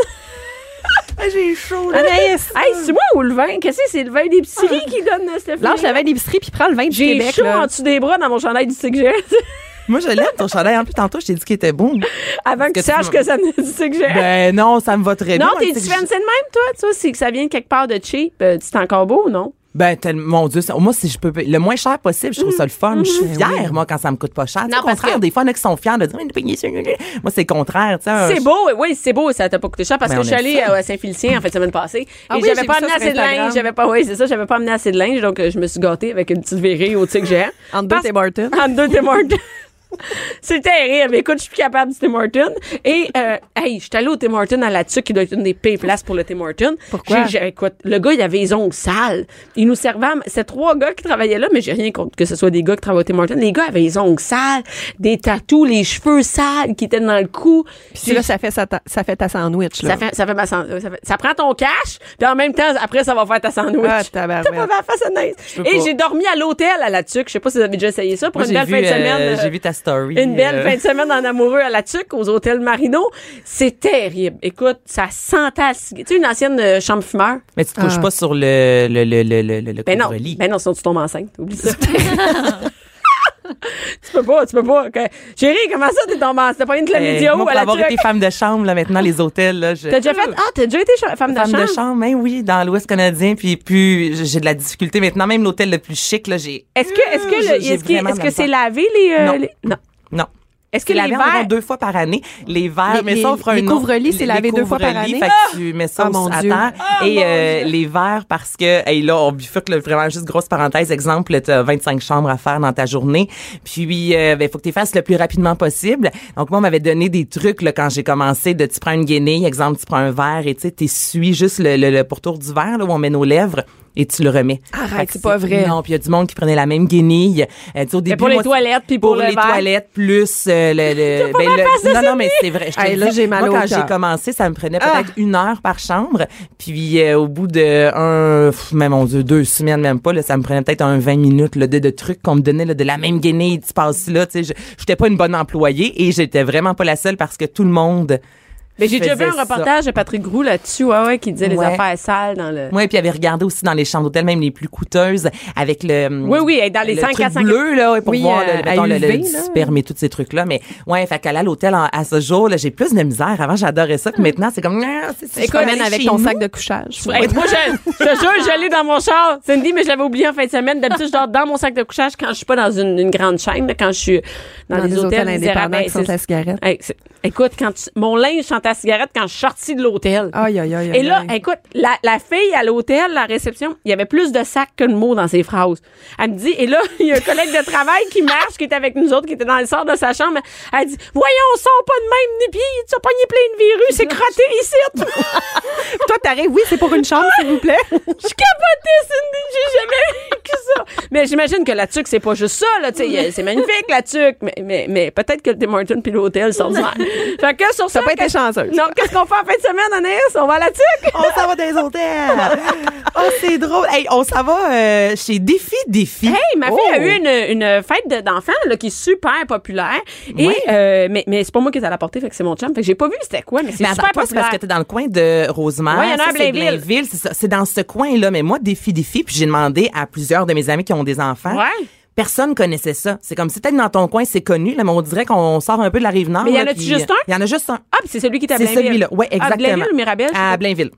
Speaker 5: Ah, J'ai chaud,
Speaker 4: Anaïs,
Speaker 3: hey, c'est moi ou le vin? Qu'est-ce que c'est? le vin d'épicerie qui donne euh, cette
Speaker 4: lâche
Speaker 3: feeling-là?
Speaker 4: le vin d'épicerie puis prends le vin du
Speaker 3: J'ai
Speaker 4: Québec.
Speaker 3: chaud
Speaker 4: là.
Speaker 3: en dessous des bras dans mon chandail du CGS
Speaker 5: Moi, je l'aime, ton chandail. En plus, tantôt, je t'ai dit qu'il était bon.
Speaker 3: avant que tu
Speaker 5: que tu
Speaker 3: saches
Speaker 5: m'as-
Speaker 3: que ça venait du CGS.
Speaker 5: Ben non, ça me va très bien.
Speaker 3: non,
Speaker 5: moi,
Speaker 3: t'es
Speaker 5: tu sais que
Speaker 3: dispensé de même, toi? Tu vois, c'est que ça vient de quelque part de cheap. euh, c'est encore beau ou non?
Speaker 5: Ben, tel- mon Dieu, ça- moi, si je peux, le moins cher possible, je trouve ça le fun. Je suis fière, moi, quand ça me coûte pas cher. C'est
Speaker 3: Non,
Speaker 5: au
Speaker 3: parce
Speaker 5: contraire,
Speaker 3: que-
Speaker 5: des fois, il y en a qui sont fiers de dire, Oui, payez sur- moi, c'est le contraire, tu sais. un-
Speaker 3: C'est beau, oui, c'est beau, ça t'a pas coûté cher parce
Speaker 5: Mais
Speaker 4: Ben,
Speaker 3: que je
Speaker 5: on
Speaker 3: suis
Speaker 5: aime
Speaker 3: allée à Saint-Félicien en fait semaine passée
Speaker 4: Ah
Speaker 3: et
Speaker 4: oui, j'ai
Speaker 3: j'avais pas
Speaker 4: vu ça
Speaker 3: amené
Speaker 4: sur
Speaker 3: assez de
Speaker 4: Instagram.
Speaker 3: linge, j'avais pas oui, c'est ça, j'avais pas amené assez de linge donc euh, je me suis gâtée avec une petite virée au tic géant.
Speaker 4: Entre deux
Speaker 3: Parce- Ah,
Speaker 4: Tim Hortons.
Speaker 3: Entre deux Tim Hortons. C'est terrible. Écoute, je suis plus capable du Tim Hortons. Et, euh, hey, je suis allée au Tim Hortons à la tuque, qui doit être une des pires places pour le Tim Hortons.
Speaker 4: Pourquoi?
Speaker 3: J'ai- j'ai- écoute, le gars, il avait les ongles sales. Il nous servait, à- c'est trois gars qui travaillaient là, mais j'ai rien contre que ce soit des gars qui travaillent au Tim Hortons. Les gars avaient les ongles sales, des tatous, les cheveux sales qui étaient dans le cou.
Speaker 4: Puis là, ça fait, sa ta, ça fait ta sandwich. Là.
Speaker 3: Ça fait, ça fait ma sand- ça, fait- ça prend ton cash, puis en même temps, après, ça va faire ta sandwich.
Speaker 4: Ah,
Speaker 3: T'as
Speaker 4: tabarouette.
Speaker 3: pas ma face à nice. Et
Speaker 5: pas.
Speaker 3: j'ai dormi à l'hôtel à la tuque. Je sais pas si vous avez déjà essayé ça. Pour
Speaker 5: Moi,
Speaker 3: une
Speaker 5: j'ai
Speaker 3: belle
Speaker 5: vu,
Speaker 3: fin de
Speaker 5: euh,
Speaker 3: semaine. euh,
Speaker 5: J'ai vu ta story.
Speaker 3: Une belle
Speaker 5: euh,
Speaker 3: fin de semaine en amoureux à la tuque aux hôtels Marino. C'est terrible. Écoute, ça sentait la cig- Tu sais, une ancienne euh, chambre fumeur.
Speaker 5: Mais tu te couches
Speaker 4: Ah.
Speaker 5: pas sur le, le, le, le, le, le, le
Speaker 3: Ben non.
Speaker 5: couvre-lit.
Speaker 3: Ben non, sinon tu tombes enceinte. Oublie ça. tu peux pas, tu peux pas. Que- Chérie, comment ça t'es tombée enceinte? T'as pas une
Speaker 5: Eh,
Speaker 3: chlamydia
Speaker 5: moi,
Speaker 3: ou à
Speaker 5: pour
Speaker 3: la
Speaker 5: avoir été
Speaker 3: tuque?
Speaker 5: femme de chambre, là, maintenant, les hôtels, là, je...
Speaker 3: T'as déjà fait? Ah, t'as déjà été cha- femme de
Speaker 5: Femme de
Speaker 3: chambre?
Speaker 5: chambre, ben oui, dans l'Ouest canadien, puis plus j'ai de la difficulté maintenant, même l'hôtel le plus chic, là, j'ai.
Speaker 3: Est-ce que est-ce que
Speaker 5: J'ai-
Speaker 3: le-
Speaker 5: j'ai
Speaker 3: est-ce que
Speaker 5: vraiment
Speaker 3: est-ce
Speaker 5: de
Speaker 3: que
Speaker 5: la
Speaker 3: c'est
Speaker 5: misère.
Speaker 3: lavé les euh,
Speaker 5: Non.
Speaker 3: les-
Speaker 5: Non.
Speaker 3: Est-ce que
Speaker 5: C'est
Speaker 3: les
Speaker 5: lavé environ
Speaker 3: verres
Speaker 5: deux fois par année. Les verres,
Speaker 4: Les-
Speaker 5: mais
Speaker 4: les-
Speaker 5: ça offre un
Speaker 4: les
Speaker 5: nom-
Speaker 4: couvre-lits, c'est
Speaker 5: les
Speaker 4: lavé deux fois par
Speaker 5: couvre-lits,
Speaker 4: année.
Speaker 5: Fait que tu mets ça
Speaker 4: Ah,
Speaker 5: au-
Speaker 4: mon
Speaker 5: à
Speaker 4: Dieu.
Speaker 5: terre. et euh, les verres parce que, et là, on bifurque là, vraiment juste grosse parenthèse. Exemple, t'as 25 chambres à faire dans ta journée. Puis, euh, ben, faut que tu fasses le plus rapidement possible. Donc, moi, on m'avait donné des trucs là, quand j'ai commencé de tu prends une guenille, exemple, tu prends un verre et tu sais, t'essuies juste le, le, le pourtour du verre là, où on met nos lèvres et tu le remets.
Speaker 4: Arrête,
Speaker 5: Fait que
Speaker 4: c'est pas vrai.
Speaker 5: Non, puis il y a du monde qui prenait la même guenille. Euh, tu sais, au début,
Speaker 3: pour les
Speaker 5: moi, c'est-
Speaker 3: toilettes, puis pour le
Speaker 5: les
Speaker 3: verre.
Speaker 5: toilettes plus euh, le, le- ben, le- non non mais c'est vrai. Je te
Speaker 4: Hey,
Speaker 5: le
Speaker 4: là,
Speaker 5: dis.
Speaker 4: j'ai mal
Speaker 5: Moi,
Speaker 4: au cœur.
Speaker 5: quand
Speaker 4: Ah.
Speaker 5: j'ai commencé, ça me prenait peut-être une heure par chambre. Puis euh, au bout de un, pff, mais mon Dieu, deux semaines même pas là, ça me prenait peut-être un 20 minutes là, de, de trucs qu'on me donnait là, de la même guenille. Tu passes là, tu sais, je- j'étais pas une bonne employée et j'étais vraiment pas la seule parce que tout le monde.
Speaker 3: Mais j'ai déjà vu
Speaker 5: faisait
Speaker 3: un
Speaker 5: ça.
Speaker 3: reportage de Patrick Groux là-dessus, ouais, ouais, qui disait les
Speaker 5: Ouais.
Speaker 3: affaires sales dans le
Speaker 5: Ouais, puis il avait regardé aussi dans les chambres d'hôtel, même les plus coûteuses, avec le
Speaker 3: Oui, oui, elle est dans les
Speaker 5: le
Speaker 3: 100,
Speaker 5: truc
Speaker 3: 400.
Speaker 5: bleu là ouais, pour
Speaker 4: Oui,
Speaker 5: voir
Speaker 4: euh,
Speaker 5: le, mettons,
Speaker 4: à
Speaker 5: le- le
Speaker 4: UV,
Speaker 5: du
Speaker 4: là.
Speaker 5: sperme et tous ces trucs là mais ouais fait qu'aller à l'hôtel en- à ce jour là j'ai plus de misère avant j'adorais
Speaker 3: Mm.
Speaker 5: ça puis maintenant c'est comme ah, c'est- c'est-
Speaker 4: Tu
Speaker 5: je
Speaker 4: te
Speaker 5: peux
Speaker 4: promènes
Speaker 5: aller
Speaker 4: avec
Speaker 5: chez
Speaker 4: ton
Speaker 5: nous.
Speaker 4: sac de couchage.
Speaker 3: Hey, moi, je, je te jure, j'allais dans mon char, Cindy, mais je l'avais oublié en fin de semaine. D'habitude, je dors dans mon sac de couchage quand je suis pas dans une, une grande chaîne, là, quand je suis dans,
Speaker 4: Dans
Speaker 3: des, hôtels, misérables.
Speaker 4: indépendants
Speaker 3: Hey,
Speaker 4: qui sentent
Speaker 3: c'est-
Speaker 4: la cigarette.
Speaker 3: Hey, c'est- écoute, quand tu- mon linge sent la cigarette quand je suis sortie de l'hôtel.
Speaker 4: Aïe, aïe, aïe.
Speaker 3: Et là,
Speaker 4: aïe.
Speaker 3: écoute, la, la fille à l'hôtel, la réception, il y avait plus de sacs que de mots dans ses phrases. Elle me dit, et là, il y a un collègue de travail qui marche, qui est avec nous autres, qui était dans le sort de sa chambre. Elle dit, voyons, on sort pas de même, ni pieds, tu as pogné plein de virus, c'est crotté ici.
Speaker 4: toi, t'arrives, oui, c'est pour une chambre, s'il vous plaît.
Speaker 3: Je capotais, Cindy, j'ai jamais vécu ça. Mais j'imagine que la tuque, c'est pas juste ça, là, tu sais, il y a- c'est magnifique, la tuque, mais, mais, mais peut-être que le Tim Hortons puis l'hôtel sont du mal. Fait que sur ça...
Speaker 4: pas été
Speaker 3: qu'est-ce-
Speaker 4: chanceuse.
Speaker 3: Non, qu'est-ce qu'on fait en fin de semaine, Anaïs? On va à la tuque?
Speaker 5: on s'en va dans les hôtels oh c'est drôle Hey, on s'en va euh, chez défi défi
Speaker 3: Hey, ma fille
Speaker 5: Oh.
Speaker 3: a eu une, une fête de- d'enfants là, qui est super populaire. Et, euh, mais mais c'est pas moi qui ai à la portée, fait que c'est mon chum. Fait que j'ai pas vu c'était quoi, mais c'est
Speaker 5: mais attends,
Speaker 3: super
Speaker 5: toi, c'est parce
Speaker 3: populaire.
Speaker 5: que t'es dans le coin de Rosemère.
Speaker 3: Ouais, il y en a
Speaker 5: Ça,
Speaker 3: à
Speaker 5: c'est
Speaker 3: Blainville.
Speaker 5: Blainville, c'est ça. C'est dans ce coin-là. Mais moi, défi, défi, puis j'ai demandé à plusieurs de mes amis qui ont des enfants.
Speaker 3: Ouais.
Speaker 5: Personne connaissait ça. C'est comme si peut-être dans ton coin, c'est connu, là, mais on dirait qu'on sort un peu de la rive nord.
Speaker 3: Mais il y
Speaker 5: là,
Speaker 3: en a-tu
Speaker 5: puis-
Speaker 3: juste un?
Speaker 5: Il y en a juste un.
Speaker 3: Ah, puis c'est celui qui est à
Speaker 5: C'est
Speaker 3: Blainville.
Speaker 5: celui-là. Oui, exactement.
Speaker 3: Ah, Blainville ou Mirabel? je sais
Speaker 5: À
Speaker 3: pas.
Speaker 5: Blainville.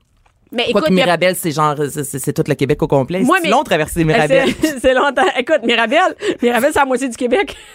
Speaker 3: Mais
Speaker 5: Quoi
Speaker 3: écoute,
Speaker 5: que
Speaker 3: il y a-
Speaker 5: Mirabel, c'est genre, c'est- c'est c'est tout le Québec au complet.
Speaker 3: Moi,
Speaker 5: C'est
Speaker 3: mais-
Speaker 5: long de traverser Mirabel.
Speaker 3: C'est- C'est longtemps. Écoute, Mirabel, Mirabel, c'est la moitié du Québec.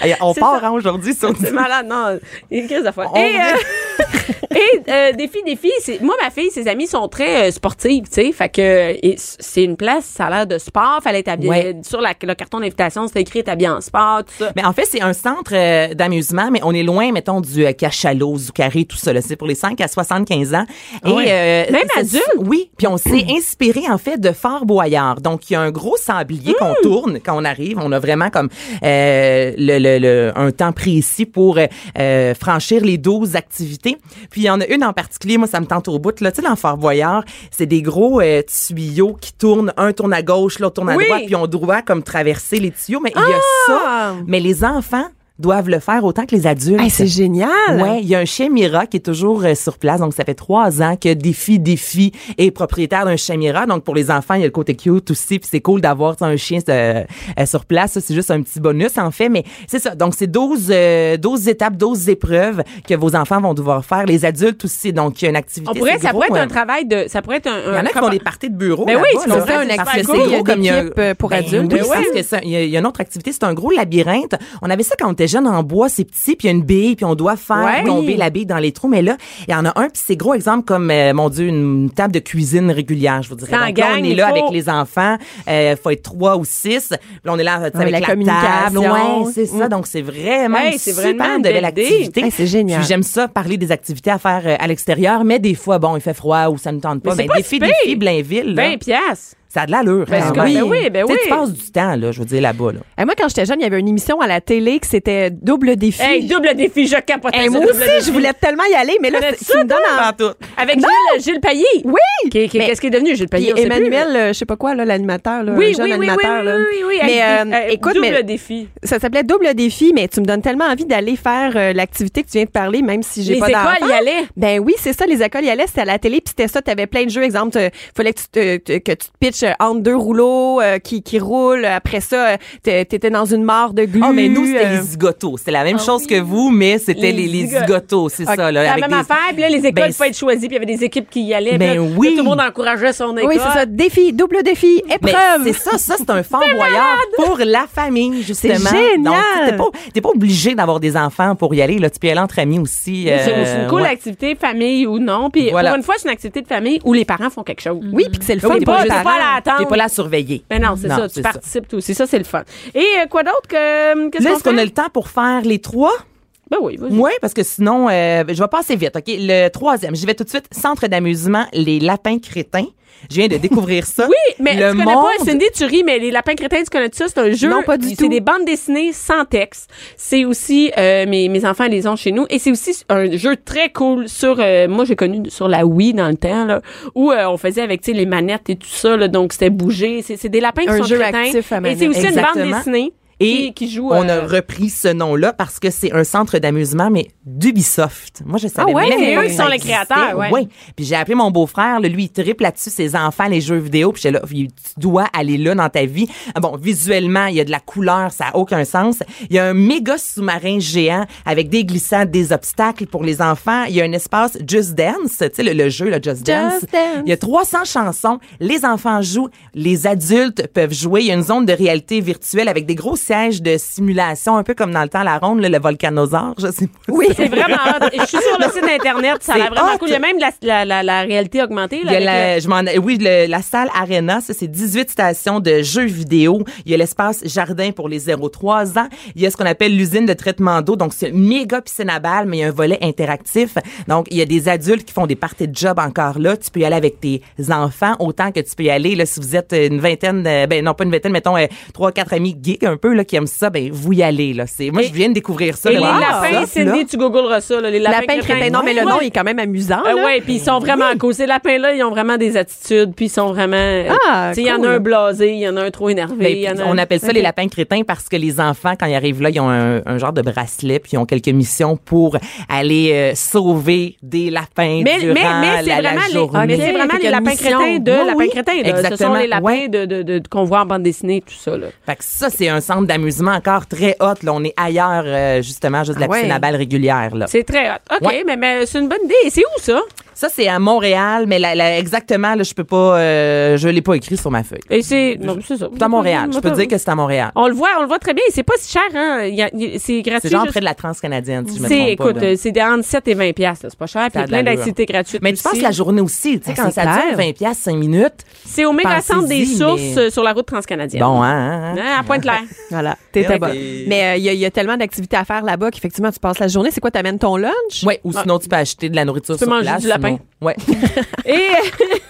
Speaker 5: Hey, on
Speaker 3: c'est
Speaker 5: part
Speaker 3: ça.
Speaker 5: hein, aujourd'hui sur
Speaker 3: C'est malade, non. Il y a une crise de folle.
Speaker 5: On
Speaker 3: Et, euh, et euh, des filles, des filles, c'est- moi, ma fille, ses amies sont très euh, sportives, tu sais. Fait que euh, et c- c'est une place, ça a l'air de sport. Fallait être habillé.
Speaker 5: Ouais.
Speaker 3: Sur la- le carton d'invitation, c'était écrit t'habiller en sport, tout ça.
Speaker 5: Mais en fait, c'est un centre euh, d'amusement, mais on est loin, mettons, du euh, cachalot, du carré, tout ça. là. C'est pour les 5 à 75 ans. Et, euh,
Speaker 3: Ouais. Même
Speaker 5: c'est-
Speaker 3: adulte?
Speaker 5: Oui. Puis on s'est inspiré, en fait, de Fort Boyard. Donc, il y a un gros sablier qu'on
Speaker 3: Hmm.
Speaker 5: tourne quand on arrive. On a vraiment comme euh, le, le- le- un temps précis pour euh, euh, franchir les 12 activités. Puis il y en a une en particulier, moi, ça me tente au bout. Là. Tu sais, dans Fort Boyard, c'est des gros euh, tuyaux qui tournent. Un tourne à gauche, l'autre tourne à
Speaker 3: Oui. Ah!
Speaker 5: droite. Puis on doit comme traverser les tuyaux. Mais il y a ça. Mais les enfants doivent le faire autant que les adultes.
Speaker 4: Hey, c'est génial.
Speaker 3: hein?
Speaker 5: Ouais, il y a un chien Mira qui est toujours euh, sur place. Donc, ça fait trois ans que Défi Défi est propriétaire d'un chien Mira. Donc, pour les enfants, il y a le côté cute aussi. Puis c'est cool d'avoir ça, un chien euh, euh, sur place. Ça, c'est juste un petit bonus, en fait. Mais c'est ça. Donc, c'est 12, euh, 12 étapes, 12 épreuves que vos enfants vont devoir faire. Les adultes aussi. Donc, il y a une activité.
Speaker 3: On pourrait,
Speaker 5: c'est
Speaker 3: ça
Speaker 5: gros,
Speaker 3: pourrait être
Speaker 5: hein.
Speaker 3: un travail de. Ça pourrait être un.
Speaker 5: Il y en a qui font des parties de bureau.
Speaker 3: Ben oui,
Speaker 5: là-bas,
Speaker 3: c'est
Speaker 5: là.
Speaker 3: qu'on fait un
Speaker 5: Parce
Speaker 3: expert
Speaker 5: que
Speaker 3: cool.
Speaker 5: c'est gros comme il y a-
Speaker 4: Équipe, euh, pour
Speaker 5: Ben
Speaker 4: adultes.
Speaker 5: oui,
Speaker 4: Ben
Speaker 5: parce
Speaker 3: oui.
Speaker 5: que ça- il y, a- il y a une autre activité, c'est un gros labyrinthe. On avait ça quand on était jeune en bois, c'est petit, puis il y a une bille, puis on doit faire
Speaker 3: Ouais.
Speaker 5: tomber la bille dans les trous. Mais là, il y en a un, puis c'est gros exemple comme, euh, mon Dieu, une table de cuisine régulière, je vous dirais.
Speaker 3: Ça en
Speaker 5: Donc là, on
Speaker 3: gagne,
Speaker 5: est
Speaker 3: il
Speaker 5: là
Speaker 3: faut-
Speaker 5: avec les enfants, euh, faut être trois ou six. Puis là, on est là avec
Speaker 4: Ouais, la
Speaker 5: la,
Speaker 4: communication.
Speaker 5: table. Ouais, c'est ça. Donc c'est vraiment
Speaker 3: Hey,
Speaker 5: une
Speaker 3: c'est
Speaker 5: super
Speaker 3: vraiment une
Speaker 5: de belle
Speaker 3: belle idée.
Speaker 5: activité.
Speaker 4: Hey, c'est génial.
Speaker 5: Puis j'aime ça parler des activités à faire euh, à l'extérieur, mais des fois, bon, il fait froid ou ça ne tente pas.
Speaker 3: Mais c'est
Speaker 5: Ben,
Speaker 3: pas si
Speaker 5: défi,
Speaker 3: pire. Ben,
Speaker 5: défi, Blainville. là.
Speaker 3: 20 piastres.
Speaker 5: Ça a de l'allure.
Speaker 3: Ben,
Speaker 5: quand
Speaker 4: c'est
Speaker 5: même.
Speaker 4: comme- ben oui,
Speaker 3: ben
Speaker 5: Tu sais, Tu
Speaker 3: oui.
Speaker 5: passes du temps, là, je veux dire, là-bas. Là.
Speaker 4: Hey, moi, quand j'étais jeune, il y avait une émission à la télé que c'était double défi.
Speaker 3: Hey, double défi, je capote.
Speaker 4: Hey, moi aussi, je voulais tellement y aller, mais là,
Speaker 3: Connais-tu
Speaker 4: c'est- tu me donnes en-
Speaker 3: Avec
Speaker 4: Non!
Speaker 3: Gilles, euh, Gilles Payet.
Speaker 4: Oui!
Speaker 3: Qui- qui-
Speaker 4: Mais-
Speaker 3: Qu'est-ce qui est devenu, Gilles
Speaker 4: Puis
Speaker 3: Payet? ben, on sait plus,
Speaker 4: Emmanuel,
Speaker 3: là.
Speaker 4: euh, je sais pas quoi, là, l'animateur, là,
Speaker 3: Oui,
Speaker 4: un jeune
Speaker 3: oui, oui, oui,
Speaker 4: animateur.
Speaker 3: oui,
Speaker 4: là.
Speaker 3: oui, oui,
Speaker 4: Mais
Speaker 3: avec-
Speaker 4: euh,
Speaker 3: euh,
Speaker 4: écoute,
Speaker 3: double
Speaker 4: mais-
Speaker 3: défi.
Speaker 4: ça s'appelait Double défi, mais tu me donnes tellement envie d'aller faire euh, l'activité que tu viens de parler, même si j'ai
Speaker 3: Les
Speaker 4: pas d'enfants.
Speaker 3: écoles y allaient.
Speaker 4: Ben oui, c'est ça, les écoles y allaient, c'était à la télé, puis c'était ça, t'avais plein de jeux, exemple, il fallait que tu, te, te- que tu te pitches euh, entre deux rouleaux euh, qui, qui roulent, après ça, euh, t'es- t'étais dans une mare de glu.
Speaker 5: Oh, mais nous, c'était
Speaker 4: euh,
Speaker 5: les zigotos. C'était la même chose que vous, mais c'était
Speaker 3: Ah Les
Speaker 5: les, les
Speaker 3: zigo-
Speaker 5: zigotos, c'est
Speaker 3: Ah,
Speaker 5: ça. Là,
Speaker 3: la
Speaker 5: avec
Speaker 3: même
Speaker 5: des-
Speaker 3: affaire, puis là, les écoles
Speaker 5: Ben,
Speaker 3: pouvaient être choisies, puis il y avait des équipes qui y allaient.
Speaker 5: Ben
Speaker 3: puis là,
Speaker 5: oui.
Speaker 3: Tout le monde encourageait son école.
Speaker 4: Oui, c'est ça, défi, double défi,
Speaker 5: Mais
Speaker 4: épreuve.
Speaker 5: c'est ça, ça, c'est un flamboyant pour la famille, justement.
Speaker 4: génial!
Speaker 5: Donc, tu sais, t'es pas, t'es pas obligé d'avoir des enfants pour y aller, là. Tu peux y aller entre amis aussi.
Speaker 3: C'est
Speaker 5: euh,
Speaker 3: c'est une cool
Speaker 5: ouais.
Speaker 3: activité, famille ou non. Puis
Speaker 5: Voilà.
Speaker 3: pour une fois, c'est une activité de famille où les parents font quelque chose.
Speaker 4: Oui, puis que c'est le
Speaker 5: Oui,
Speaker 4: fun
Speaker 5: t'es
Speaker 4: pour
Speaker 5: pas,
Speaker 4: les
Speaker 5: juste
Speaker 3: t'es
Speaker 4: parents.
Speaker 3: pas là à attendre.
Speaker 5: T'es pas là à surveiller.
Speaker 3: Mais non, c'est ça. Tu participes toi aussi. Ça, c'est le fun. Et euh, quoi d'autre que. euh, Qu'est-ce
Speaker 5: Là,
Speaker 3: qu'on
Speaker 5: est-ce qu'on
Speaker 3: fait?
Speaker 5: a le temps pour faire les trois?
Speaker 3: Ben oui, vas-y.
Speaker 5: Oui, parce que sinon, euh, je vais passer vite. OK, le troisième, je vais tout de suite. Centre d'amusement, les lapins crétins. Je viens de découvrir ça.
Speaker 3: Oui, mais
Speaker 5: le
Speaker 3: tu connais
Speaker 5: monde...
Speaker 3: pas Cindy, tu ris, mais les lapins crétins, tu connais ça? C'est un jeu.
Speaker 4: Non, pas du tout.
Speaker 3: C'est des bandes dessinées sans texte. C'est aussi, euh, mes, mes enfants les ont chez nous. Et c'est aussi un jeu très cool sur, euh, moi j'ai connu sur la Wii dans le temps, là, où euh, on faisait avec, tu sais, les manettes et tout ça, là, donc c'était bouger. C'est c'est des lapins qui
Speaker 4: Un
Speaker 3: sont
Speaker 4: jeu
Speaker 3: crétins.
Speaker 4: actif à
Speaker 3: Et
Speaker 4: manette.
Speaker 3: c'est aussi une
Speaker 5: Exactement.
Speaker 3: bande dessinée.
Speaker 5: Et
Speaker 3: qui, qui joue.
Speaker 5: On a
Speaker 3: euh,
Speaker 5: repris ce nom-là parce que c'est un centre d'amusement, mais d'Ubisoft. Moi, je savais
Speaker 3: Ah ouais,
Speaker 5: même
Speaker 3: c'est
Speaker 5: pas
Speaker 3: eux
Speaker 5: que
Speaker 3: qui
Speaker 5: ça
Speaker 3: sont les
Speaker 5: existait.
Speaker 3: créateurs, ouais.
Speaker 5: Oui. Puis j'ai appelé mon beau-frère, là, lui, il triple là-dessus, ses enfants, les jeux vidéo. Puis j'étais là, tu dois aller là dans ta vie. Ah Bon, visuellement, il y a de la couleur, ça a aucun sens. Il y a un méga sous-marin géant avec des glissades, des obstacles pour les enfants. Il y a un espace Just Dance, tu sais, le, le jeu, le Just Dance.
Speaker 4: Dance.
Speaker 5: Il y a 300 chansons. Les enfants jouent, les adultes peuvent jouer. Il y a une zone de réalité virtuelle avec des gros sièges de simulation, un peu comme dans le temps la ronde, là, le volcanosaure, je sais pas.
Speaker 3: Oui, c'est vraiment hot. Et Je suis sur le site internet, ça a l'air vraiment
Speaker 5: hot.
Speaker 3: cool. Il y a même la, la, la, la réalité augmentée. Là,
Speaker 5: Il y a
Speaker 3: avec
Speaker 5: la, je m'en, oui, le- la salle Arena, ça, c'est 18 stations de jeux vidéo. Il y a l'espace jardin pour les 0-3 ans. Il y a ce qu'on appelle l'usine de traitement d'eau. Donc, c'est une méga piscine à balles, mais il y a un volet interactif. Donc, il y a des adultes qui font des parties de job encore là. Tu peux y aller avec tes enfants autant que tu peux y aller, là, si vous êtes une vingtaine, euh, ben, non, pas une vingtaine, mettons, euh, trois, quatre amis geeks un peu, là, qui aiment ça, ben, vous y allez, là. C'est, moi, je viens de découvrir ça.
Speaker 3: Et les
Speaker 5: vraiment,
Speaker 3: lapins,
Speaker 5: ça, là.
Speaker 3: Cindy, tu googleras ça. Là, les lapins,
Speaker 4: Lapin crétin. Non, mais le nom il est quand même amusant.
Speaker 3: Ah
Speaker 4: là.
Speaker 3: ouais, puis ils sont vraiment cool. Ces lapins-là, ils ont vraiment des attitudes, puis ils sont vraiment. euh,
Speaker 4: Ah,
Speaker 3: tu sais, il y en a
Speaker 4: cool.
Speaker 3: un blasé, il y en a un trop énervé.
Speaker 5: Ben,
Speaker 3: il y en a
Speaker 5: on
Speaker 3: un-
Speaker 5: appelle ça les lapins crétins parce que les enfants, quand ils arrivent là, ils ont un, un genre de bracelet, puis ils ont quelques missions pour aller euh, sauver des lapins
Speaker 3: Mais, mais,
Speaker 5: durant
Speaker 3: mais c'est
Speaker 5: la, la
Speaker 3: vraiment, les,
Speaker 5: journée.
Speaker 3: mais c'est
Speaker 4: Ok,
Speaker 3: vraiment
Speaker 4: fait
Speaker 3: les
Speaker 4: qu'il y a une
Speaker 3: lapins
Speaker 4: mission.
Speaker 3: crétins de
Speaker 5: Oui,
Speaker 3: lapins
Speaker 5: oui,
Speaker 3: crétins. là. Ce sont
Speaker 5: exactement,
Speaker 3: les lapins
Speaker 5: ouais.
Speaker 3: de, de, de- qu'on voit en bande dessinée, tout ça. Là.
Speaker 5: Fait que ça, c'est un centre d'amusement encore très hot. Là, on est ailleurs, euh, justement, juste de la
Speaker 4: Ah ouais.
Speaker 5: piscine à balles régulière. Là.
Speaker 3: C'est très hot. OK,
Speaker 5: Ouais.
Speaker 3: mais, mais c'est une bonne idée. Et C'est où ça?
Speaker 5: Ça, c'est à Montréal, mais la, la- exactement, là, je peux pas, euh, je l'ai pas écrit sur ma feuille.
Speaker 3: Et c'est. Non, c'est ça.
Speaker 5: C'est à Montréal. Je peux dire que c'est à Montréal.
Speaker 3: On le voit, on le voit très bien. Et C'est pas si cher, hein? Il y a- il- C'est gratuit.
Speaker 5: C'est genre
Speaker 3: juste-
Speaker 5: près de la Transcanadienne, si je me
Speaker 3: C'est-
Speaker 5: trompe pas.
Speaker 3: écoute,
Speaker 5: là.
Speaker 3: euh, c'est entre 7 et 20 piastres, là, c'est pas cher, puis il
Speaker 5: Ça a
Speaker 3: y a
Speaker 5: de
Speaker 3: plein
Speaker 5: l'allure.
Speaker 3: d'activités gratuites.
Speaker 5: Mais tu
Speaker 3: aussi.
Speaker 5: passes la journée aussi, tu sais,
Speaker 4: Ben,
Speaker 5: quand
Speaker 4: c'est
Speaker 5: ça dure
Speaker 4: clair.
Speaker 5: 20 piastres, 5 minutes.
Speaker 3: C'est au méga centre des
Speaker 5: Pensez-y,
Speaker 3: sources
Speaker 5: mais-
Speaker 3: euh, sur la route transcanadienne.
Speaker 5: Bon, hein, hein, hein.
Speaker 3: Hein, à Pointe-Claire.
Speaker 4: Voilà, t'es
Speaker 5: Merci.
Speaker 4: bonne. Mais euh, il y, a- il y a tellement d'activités à faire là-bas qu'effectivement, tu passes la journée. C'est quoi, t'amènes ton lunch?
Speaker 5: Ouais, ou sinon tu peux acheter de la nourriture
Speaker 3: Ah. peux
Speaker 5: sur
Speaker 3: manger
Speaker 5: place.
Speaker 3: du lapin.
Speaker 5: sinon- Ouais.
Speaker 3: et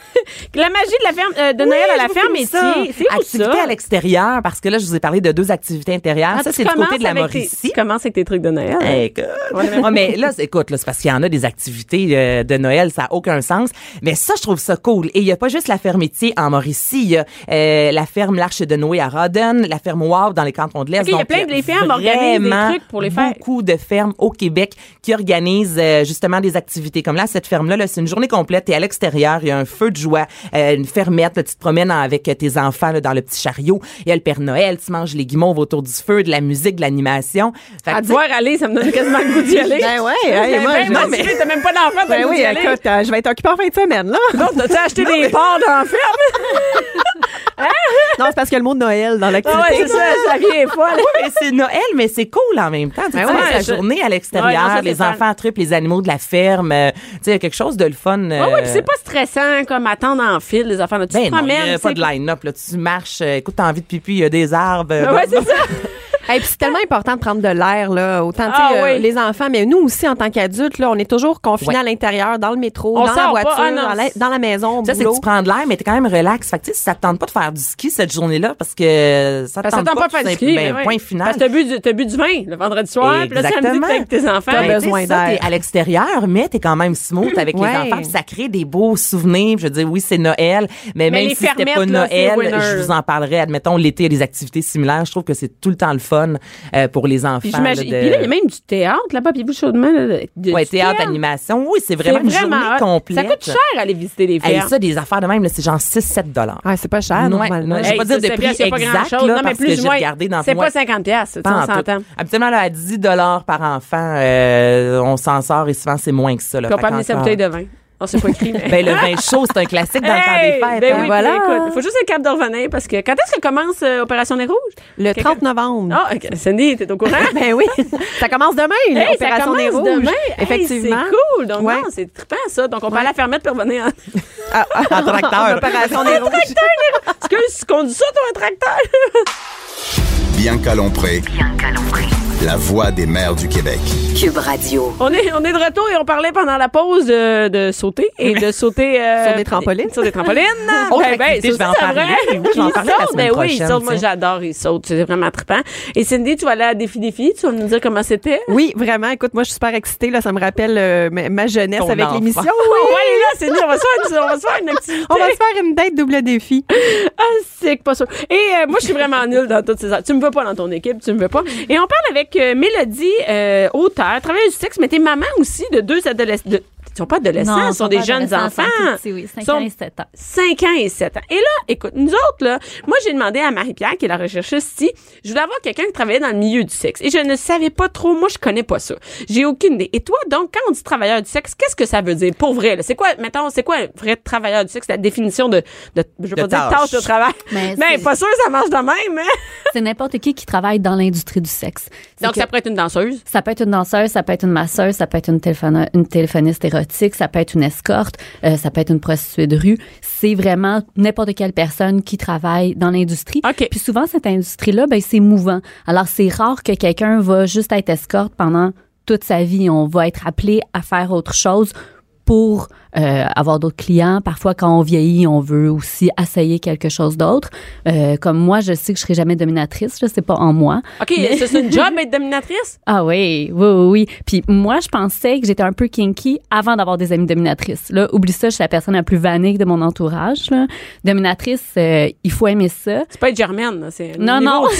Speaker 3: La magie de la ferme, euh, de Noël à la ferme
Speaker 5: et
Speaker 3: métier, c'est où
Speaker 5: Activité
Speaker 3: ça?
Speaker 5: à l'extérieur, parce que là, je vous ai parlé de deux activités intérieures.
Speaker 3: Ah,
Speaker 5: ça,
Speaker 3: tu
Speaker 5: c'est le côté
Speaker 3: commences
Speaker 5: de la
Speaker 3: avec tes-
Speaker 5: Mauricie.
Speaker 3: Tu commences avec tes trucs de Noël.
Speaker 5: Eh, Écoute. Ouais, mais là, c'est- écoute, là, c'est parce qu'il y en a des activités euh, de Noël, ça n'a aucun sens. Mais ça, je trouve ça cool. Et il n'y a pas juste la ferme métier en Mauricie. Il y a euh, la ferme L'Arche de Noé à Rodden, la ferme Wow dans les cantons de l'Est.
Speaker 3: Ok, il y a
Speaker 5: Donc,
Speaker 3: plein de- les fermes organisent des
Speaker 5: vraiment
Speaker 3: trucs pour les fêtes.
Speaker 5: beaucoup de fermes au Québec qui organisent euh, justement des activités comme là. Cette ferme-là, là, c'est une journée complète. et à l'extérieur, il y a un feu de joie, euh, une fermette. là, tu te promènes avec euh, tes enfants là, dans le petit chariot. Il y a le Père Noël, tu manges les guimauves autour du feu, de la musique, de l'animation. Fait que,
Speaker 3: À
Speaker 5: tu
Speaker 3: te voir aller, ça me donne quasiment le goût d'y aller.
Speaker 4: Ben ouais,
Speaker 3: Ben,
Speaker 4: hey, moi,
Speaker 3: ben,
Speaker 4: je-
Speaker 3: non, mais t'as même pas d'enfant, t'as
Speaker 4: Ben
Speaker 3: le goût
Speaker 4: oui,
Speaker 3: d'y aller.
Speaker 4: écoute, euh, je vais être occupée en fin de semaine, là.
Speaker 3: Non, t'as-tu acheté des porcs dans la ferme?
Speaker 5: Euh,
Speaker 4: non, c'est parce qu'il y a le mot Noël dans l'activité.
Speaker 3: Ah ouais, c'est ça, ça vient folle.
Speaker 5: Oui, mais c'est Noël, mais c'est cool en même temps. Tu sais,
Speaker 3: Ben ouais,
Speaker 5: la
Speaker 3: je-
Speaker 5: journée à
Speaker 3: Ouais, non,
Speaker 5: l'extérieur,
Speaker 3: ça, c'est
Speaker 5: les
Speaker 3: fun.
Speaker 5: enfants trippent, les animaux de la ferme. euh, tu sais, il y a quelque chose de le fun.
Speaker 3: Ah
Speaker 5: euh,
Speaker 3: ouais, puis c'est pas stressant comme attendre en file les enfants. là. Tu
Speaker 5: ben
Speaker 3: te
Speaker 5: non, il y a
Speaker 3: promènes. tu
Speaker 5: pas
Speaker 3: sais.
Speaker 5: de line-up. là. Tu marches, euh, écoute, t'as envie de pipi, il y a des arbres. euh,
Speaker 3: Ah ouais,
Speaker 5: bon,
Speaker 3: c'est ça.
Speaker 4: Et puis c'est tellement important de prendre de l'air là, autant tu sais,
Speaker 3: Ah
Speaker 4: euh,
Speaker 3: oui.
Speaker 4: les enfants, mais nous aussi en tant qu'adultes là, on est toujours confinés
Speaker 5: Ouais.
Speaker 4: à l'intérieur, dans le métro,
Speaker 3: On
Speaker 4: dans la
Speaker 3: sort pas.
Speaker 4: voiture,
Speaker 3: Ah non,
Speaker 4: dans, la,
Speaker 3: c'est-
Speaker 4: dans la maison, au
Speaker 5: Ça, c'est que
Speaker 4: boulot.
Speaker 5: tu prends de l'air, mais t'es quand même relax. Fait que, tu sais, ça te tente pas de faire du ski cette journée-là parce que ça te
Speaker 3: Parce que
Speaker 5: tente
Speaker 3: t'as
Speaker 5: pas,
Speaker 3: pas fait de
Speaker 5: tout
Speaker 3: ski.
Speaker 5: simple- ben,
Speaker 3: ben ouais.
Speaker 5: Point final.
Speaker 3: Parce que t'as bu, du- t'as bu du vin le vendredi soir, puis là, samedi,
Speaker 5: Exactement.
Speaker 3: t'es avec tes enfants.
Speaker 4: T'as
Speaker 5: Ben,
Speaker 4: besoin
Speaker 5: tu sais, ça,
Speaker 4: d'air.
Speaker 5: t'es à l'extérieur, mais t'es quand même smooth avec
Speaker 4: Ouais.
Speaker 5: les enfants. puis Ça crée des beaux souvenirs. Je veux dire, oui, c'est Noël, mais, même
Speaker 3: les
Speaker 5: si c'était pas
Speaker 3: fermettes, là, c'est
Speaker 5: Noël,
Speaker 3: winner.
Speaker 5: je vous en parlerai. Admettons, l'été, il y a des activités similaires. Je trouve que c'est tout le temps le fun euh, pour les enfants.
Speaker 3: Puis j'imagine.
Speaker 5: là, de-
Speaker 3: Puis là, il y a même du théâtre là-bas, puis chaudement. Là, de-
Speaker 5: Ouais,
Speaker 3: du
Speaker 5: théâtre, animation. Oui, c'est vraiment,
Speaker 3: C'est vraiment
Speaker 5: une journée
Speaker 3: hot.
Speaker 5: complète.
Speaker 3: Ça coûte cher aller visiter les
Speaker 5: Hey,
Speaker 3: fermes.
Speaker 5: ça, des affaires de même, là, c'est genre 6-7 dollars.
Speaker 4: Ah, c'est pas cher
Speaker 5: Ouais,
Speaker 4: normalement.
Speaker 5: ouais, je vais pas
Speaker 3: ça,
Speaker 5: dire de
Speaker 3: c'est
Speaker 5: prix
Speaker 3: bien, c'est pas
Speaker 5: exact,
Speaker 3: grand-chose.
Speaker 5: là,
Speaker 3: Non, mais
Speaker 5: parce que
Speaker 3: plus
Speaker 5: j'ai
Speaker 3: ou moins,
Speaker 5: regardé dans
Speaker 3: C'est
Speaker 5: moi.
Speaker 3: pas 50 pièces, on
Speaker 5: Pas en tout.
Speaker 3: s'entend.
Speaker 5: Habituellement, là, à 10 par enfant, euh, on s'en sort et souvent, c'est moins que ça. Là.
Speaker 3: Puis on
Speaker 5: Fait
Speaker 3: peut amener sa
Speaker 5: qu'encore-
Speaker 3: bouteille de vin. On s'est pas écrit. mais-
Speaker 5: Ben, le vin chaud, c'est un classique dans
Speaker 3: Hey,
Speaker 5: le temps des fêtes.
Speaker 3: ben
Speaker 5: hein.
Speaker 3: oui,
Speaker 4: Voilà.
Speaker 3: puis écoute, faut juste être capable de revenir parce que quand est-ce que commence euh, Opération Les Rouges?
Speaker 4: Le
Speaker 3: Quelqu'un-
Speaker 4: 30 novembre.
Speaker 3: Ah, ok. Cindy, t'es au courant?
Speaker 4: Ben oui, ça commence demain,
Speaker 3: Hey, ça
Speaker 4: l'opération des
Speaker 3: commence
Speaker 4: rouges.
Speaker 3: demain. Hey,
Speaker 4: Effectivement.
Speaker 3: c'est cool. Donc,
Speaker 4: Ouais.
Speaker 3: non, c'est trippant, ça. Donc, on peut aller à la fermette pour revenir en.
Speaker 4: Ah, ah,
Speaker 5: En tracteur.
Speaker 4: opération des rouges.
Speaker 3: Excuse, tu conduis ça, toi, un tracteur?
Speaker 2: Bianca Lompré,
Speaker 1: Bianca Lompré.
Speaker 2: la voix des mères du Québec.
Speaker 1: Cube Radio.
Speaker 3: On est, on est de retour et on parlait pendant la pause euh, de, sauter et de sauter euh,
Speaker 4: Sur des trampolines.
Speaker 3: Sur des trampolines. Ben,
Speaker 5: Autre
Speaker 3: ça
Speaker 5: activité, je vais en
Speaker 3: aussi, c'est
Speaker 5: parler.
Speaker 3: vrai.
Speaker 5: Oui, je vais en
Speaker 3: Ils
Speaker 5: parler la
Speaker 3: sautent,
Speaker 5: semaine
Speaker 3: ben oui, ils
Speaker 5: prochaine,
Speaker 3: sautent. Moi,
Speaker 5: tiens.
Speaker 3: j'adore, ils sautent. C'est vraiment trippant. Et Cindy, tu vas aller à Défi Défi. Tu vas nous dire comment c'était.
Speaker 4: Oui, vraiment. Écoute, moi, je suis super excitée. Là, ça me rappelle euh, ma ma jeunesse
Speaker 5: Ton
Speaker 4: avec
Speaker 5: enfant.
Speaker 4: l'émission.
Speaker 3: On
Speaker 4: Oui.
Speaker 3: va aller là, Cindy. On va se faire, une- on va se faire une activité.
Speaker 4: On va se faire une date double défi.
Speaker 3: C'est pas sûr. Et euh, moi, je suis vraiment nulle dans toutes ces... Tu me veux pas dans ton équipe, tu me veux pas. Et on parle avec euh, Mélodie, euh, auteur, travailleuse du sexe, mais t'es maman aussi de deux adolescents. De... Ils sont pas adolescents,
Speaker 6: Non,
Speaker 3: ils sont
Speaker 6: pas
Speaker 3: des
Speaker 6: pas
Speaker 3: jeunes enfants.
Speaker 6: adolescents, ils sont tout petits, oui, 5
Speaker 3: Sont-
Speaker 6: ans et 7 ans.
Speaker 3: 5 ans et 7 ans. Et là, écoute, nous autres, là, moi, j'ai demandé à Marie-Pierre, qui est la recherchiste, si je voulais avoir quelqu'un qui travaillait dans le milieu du sexe. Et je ne savais pas trop. Moi, je connais pas ça. J'ai aucune idée. Et toi, donc, quand on dit travailleur du sexe, qu'est-ce que ça veut dire pour vrai? là? C'est quoi, mettons, c'est quoi un vrai travailleur du sexe? La définition de, de je veux
Speaker 5: De
Speaker 3: pas dire tâche
Speaker 5: tâche.
Speaker 3: de travail. Mais
Speaker 6: Mais c'est-
Speaker 3: pas sûr que ça marche de même, hein?
Speaker 6: C'est n'importe qui qui travaille dans l'industrie du sexe. C'est
Speaker 3: Donc,
Speaker 6: que-
Speaker 3: ça pourrait être une danseuse.
Speaker 6: ça peut être une danseuse, ça peut être une masseuse, ça peut être une, téléphone- une téléphoniste érotique, ça peut être une escorte, euh, ça peut être une prostituée de rue. C'est vraiment n'importe quelle personne qui travaille dans l'industrie.
Speaker 3: OK.
Speaker 6: Puis souvent, cette industrie-là, ben, c'est mouvant. Alors, c'est rare que quelqu'un va juste être escorte pendant toute sa vie. On va être appelé à faire autre chose pour euh, avoir d'autres clients. Parfois, quand on vieillit, on veut aussi essayer quelque chose d'autre. Euh, comme moi, je sais que je serai jamais dominatrice. Je sais pas en moi.
Speaker 3: OK, ça, c'est une job être dominatrice?
Speaker 6: Ah oui, oui, oui, oui. Puis moi, je pensais que j'étais un peu kinky avant d'avoir des amies dominatrices. Là, oublie ça, je suis la personne la plus vanille de mon entourage. là. Dominatrice, euh, il faut aimer ça.
Speaker 3: C'est pas être germaine, là, c'est.
Speaker 6: Non, non.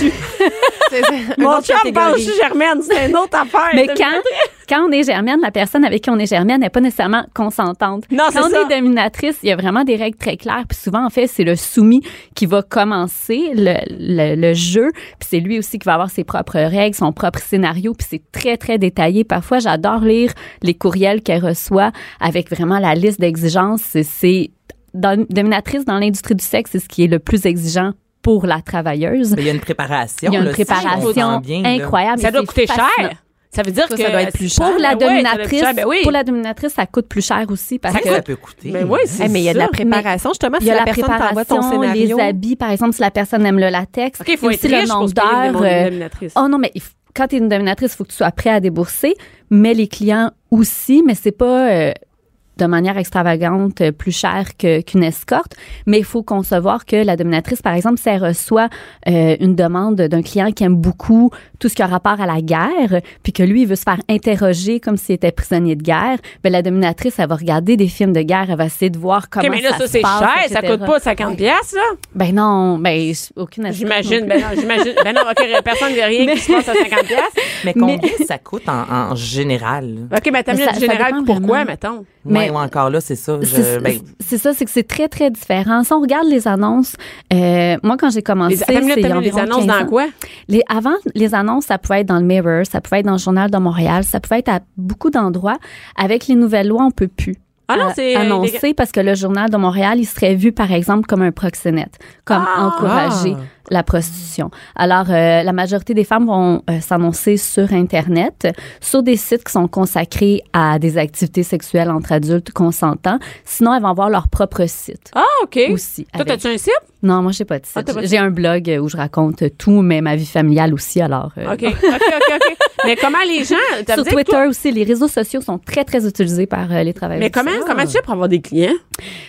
Speaker 4: C'est- c'est une
Speaker 3: Mon
Speaker 4: autre
Speaker 3: chum pense que
Speaker 4: catégorie.
Speaker 3: je suis germaine, c'est une autre affaire.
Speaker 6: Mais
Speaker 3: être
Speaker 6: quand, quand on est germaine, la personne avec qui on est germaine n'est pas nécessairement consentante.
Speaker 3: Non, Ah, c'est
Speaker 6: quand on
Speaker 3: ça.
Speaker 6: est dominatrice, il y a vraiment des règles très claires. Puis souvent, en fait, c'est le soumis qui va commencer le, le, le jeu. Puis c'est lui aussi qui va avoir ses propres règles, son propre scénario. Puis c'est très, très détaillé. Parfois, j'adore lire les courriels qu'elle reçoit avec vraiment la liste d'exigences. C'est- C'est dans, dominatrice dans l'industrie du sexe, c'est ce qui est le plus exigeant pour la travailleuse.
Speaker 5: Mais Il y a une préparation.
Speaker 6: Il y a une
Speaker 5: là, si je comprends
Speaker 6: préparation
Speaker 5: bien, là.
Speaker 6: incroyable.
Speaker 3: Ça
Speaker 6: et
Speaker 3: doit
Speaker 6: c'est
Speaker 3: coûter
Speaker 6: fascinant.
Speaker 3: cher. Ça veut dire
Speaker 4: Ça,
Speaker 3: que
Speaker 4: ça doit être plus cher.
Speaker 6: Pour
Speaker 3: Ben ouais, ça
Speaker 6: la
Speaker 3: doit être
Speaker 6: dominatrice,
Speaker 3: cher, ben oui.
Speaker 6: pour la dominatrice, ça coûte plus cher aussi parce
Speaker 5: Ça,
Speaker 6: que
Speaker 5: ça peut coûter.
Speaker 3: Mais oui, c'est
Speaker 4: Eh, mais il y a de la
Speaker 3: ça.
Speaker 4: préparation, justement.
Speaker 6: il y
Speaker 4: si
Speaker 6: a la,
Speaker 4: personne t'envoie ton
Speaker 6: préparation, les
Speaker 4: scénario.
Speaker 6: habits, par exemple, si la personne aime le latex,
Speaker 3: OK, il faut
Speaker 6: Et
Speaker 3: être
Speaker 6: aussi
Speaker 3: riche
Speaker 6: le
Speaker 3: pour
Speaker 6: nombre
Speaker 3: se payer une
Speaker 6: d'heures.
Speaker 3: dom-
Speaker 6: euh,
Speaker 3: dominatrice.
Speaker 6: oh non, mais il f- quand tu es une dominatrice, il faut que tu sois prêt à débourser, mais les clients aussi, mais c'est pas. euh, de manière extravagante euh, plus cher que- qu'une escorte. Mais il faut concevoir que la dominatrice, par exemple, si elle reçoit euh, une demande d'un client qui aime beaucoup tout ce qui a rapport à la guerre, puis que lui, il veut se faire interroger comme s'il était prisonnier de guerre, ben la dominatrice, elle va regarder des films de guerre, elle va essayer de voir comment
Speaker 3: OK, mais là, ça,
Speaker 6: ça se
Speaker 3: c'est
Speaker 6: passe,
Speaker 3: cher. Ça
Speaker 6: etc..
Speaker 3: coûte pas 50 piastres, là.
Speaker 6: Ben non, ben aucune escorte non
Speaker 3: J'imagine.
Speaker 6: plus.
Speaker 3: Ben non, j'imagine. Ben non, OK, personne ne dit rien qui se passe à 50 piastres.
Speaker 5: Mais combien ça coûte en, en général?
Speaker 3: OK, mais t'as
Speaker 6: Mais
Speaker 3: mieux
Speaker 6: ça-
Speaker 3: le
Speaker 6: ça
Speaker 3: général.
Speaker 6: dépend
Speaker 3: Pourquoi,
Speaker 6: vraiment.
Speaker 3: mettons?
Speaker 5: Mais
Speaker 6: Mais-
Speaker 5: ou encore là, c'est ça. je-
Speaker 6: C'est
Speaker 5: ben,
Speaker 6: c'est ça, c'est que c'est très, très différent. Si on regarde les annonces, euh, moi, quand j'ai commencé,
Speaker 3: Les,
Speaker 6: c'est
Speaker 3: t'as mieux-
Speaker 6: il y
Speaker 3: t'as
Speaker 6: a
Speaker 3: mieux les
Speaker 6: environ
Speaker 3: annonces
Speaker 6: 15
Speaker 3: dans
Speaker 6: ans.
Speaker 3: quoi?
Speaker 6: Les, avant, les annonces, ça pouvait être dans le Mirror, ça pouvait être dans le Journal de Montréal, ça pouvait être à beaucoup d'endroits. Avec les nouvelles lois, on peut plus
Speaker 3: Ah non,
Speaker 6: euh,
Speaker 3: c'est.
Speaker 6: annoncer parce que le Journal de Montréal, il serait vu, par exemple, comme un proxénète, comme
Speaker 3: Ah!
Speaker 6: encourager la prostitution. Alors, euh, la majorité des femmes vont euh, s'annoncer sur Internet, sur des sites qui sont consacrés à des activités sexuelles entre adultes consentants. Sinon, elles vont avoir leur propre site
Speaker 3: Ah, OK.
Speaker 6: aussi.
Speaker 3: Toi,
Speaker 6: avec-
Speaker 3: t'as-tu un site?
Speaker 6: non, moi, j'ai pas de
Speaker 3: Ah,
Speaker 6: site.
Speaker 3: t'as pas de
Speaker 6: j'ai un blog euh, où je raconte tout, mais ma vie familiale aussi, alors. euh,
Speaker 3: OK, OK, OK, OK. Mais comment les gens. t'as
Speaker 6: Sur
Speaker 3: dit que toi-
Speaker 6: Twitter aussi, les réseaux sociaux sont très, très utilisés par euh, les travailleurs.
Speaker 3: Mais comment, comment tu fais pour avoir des clients?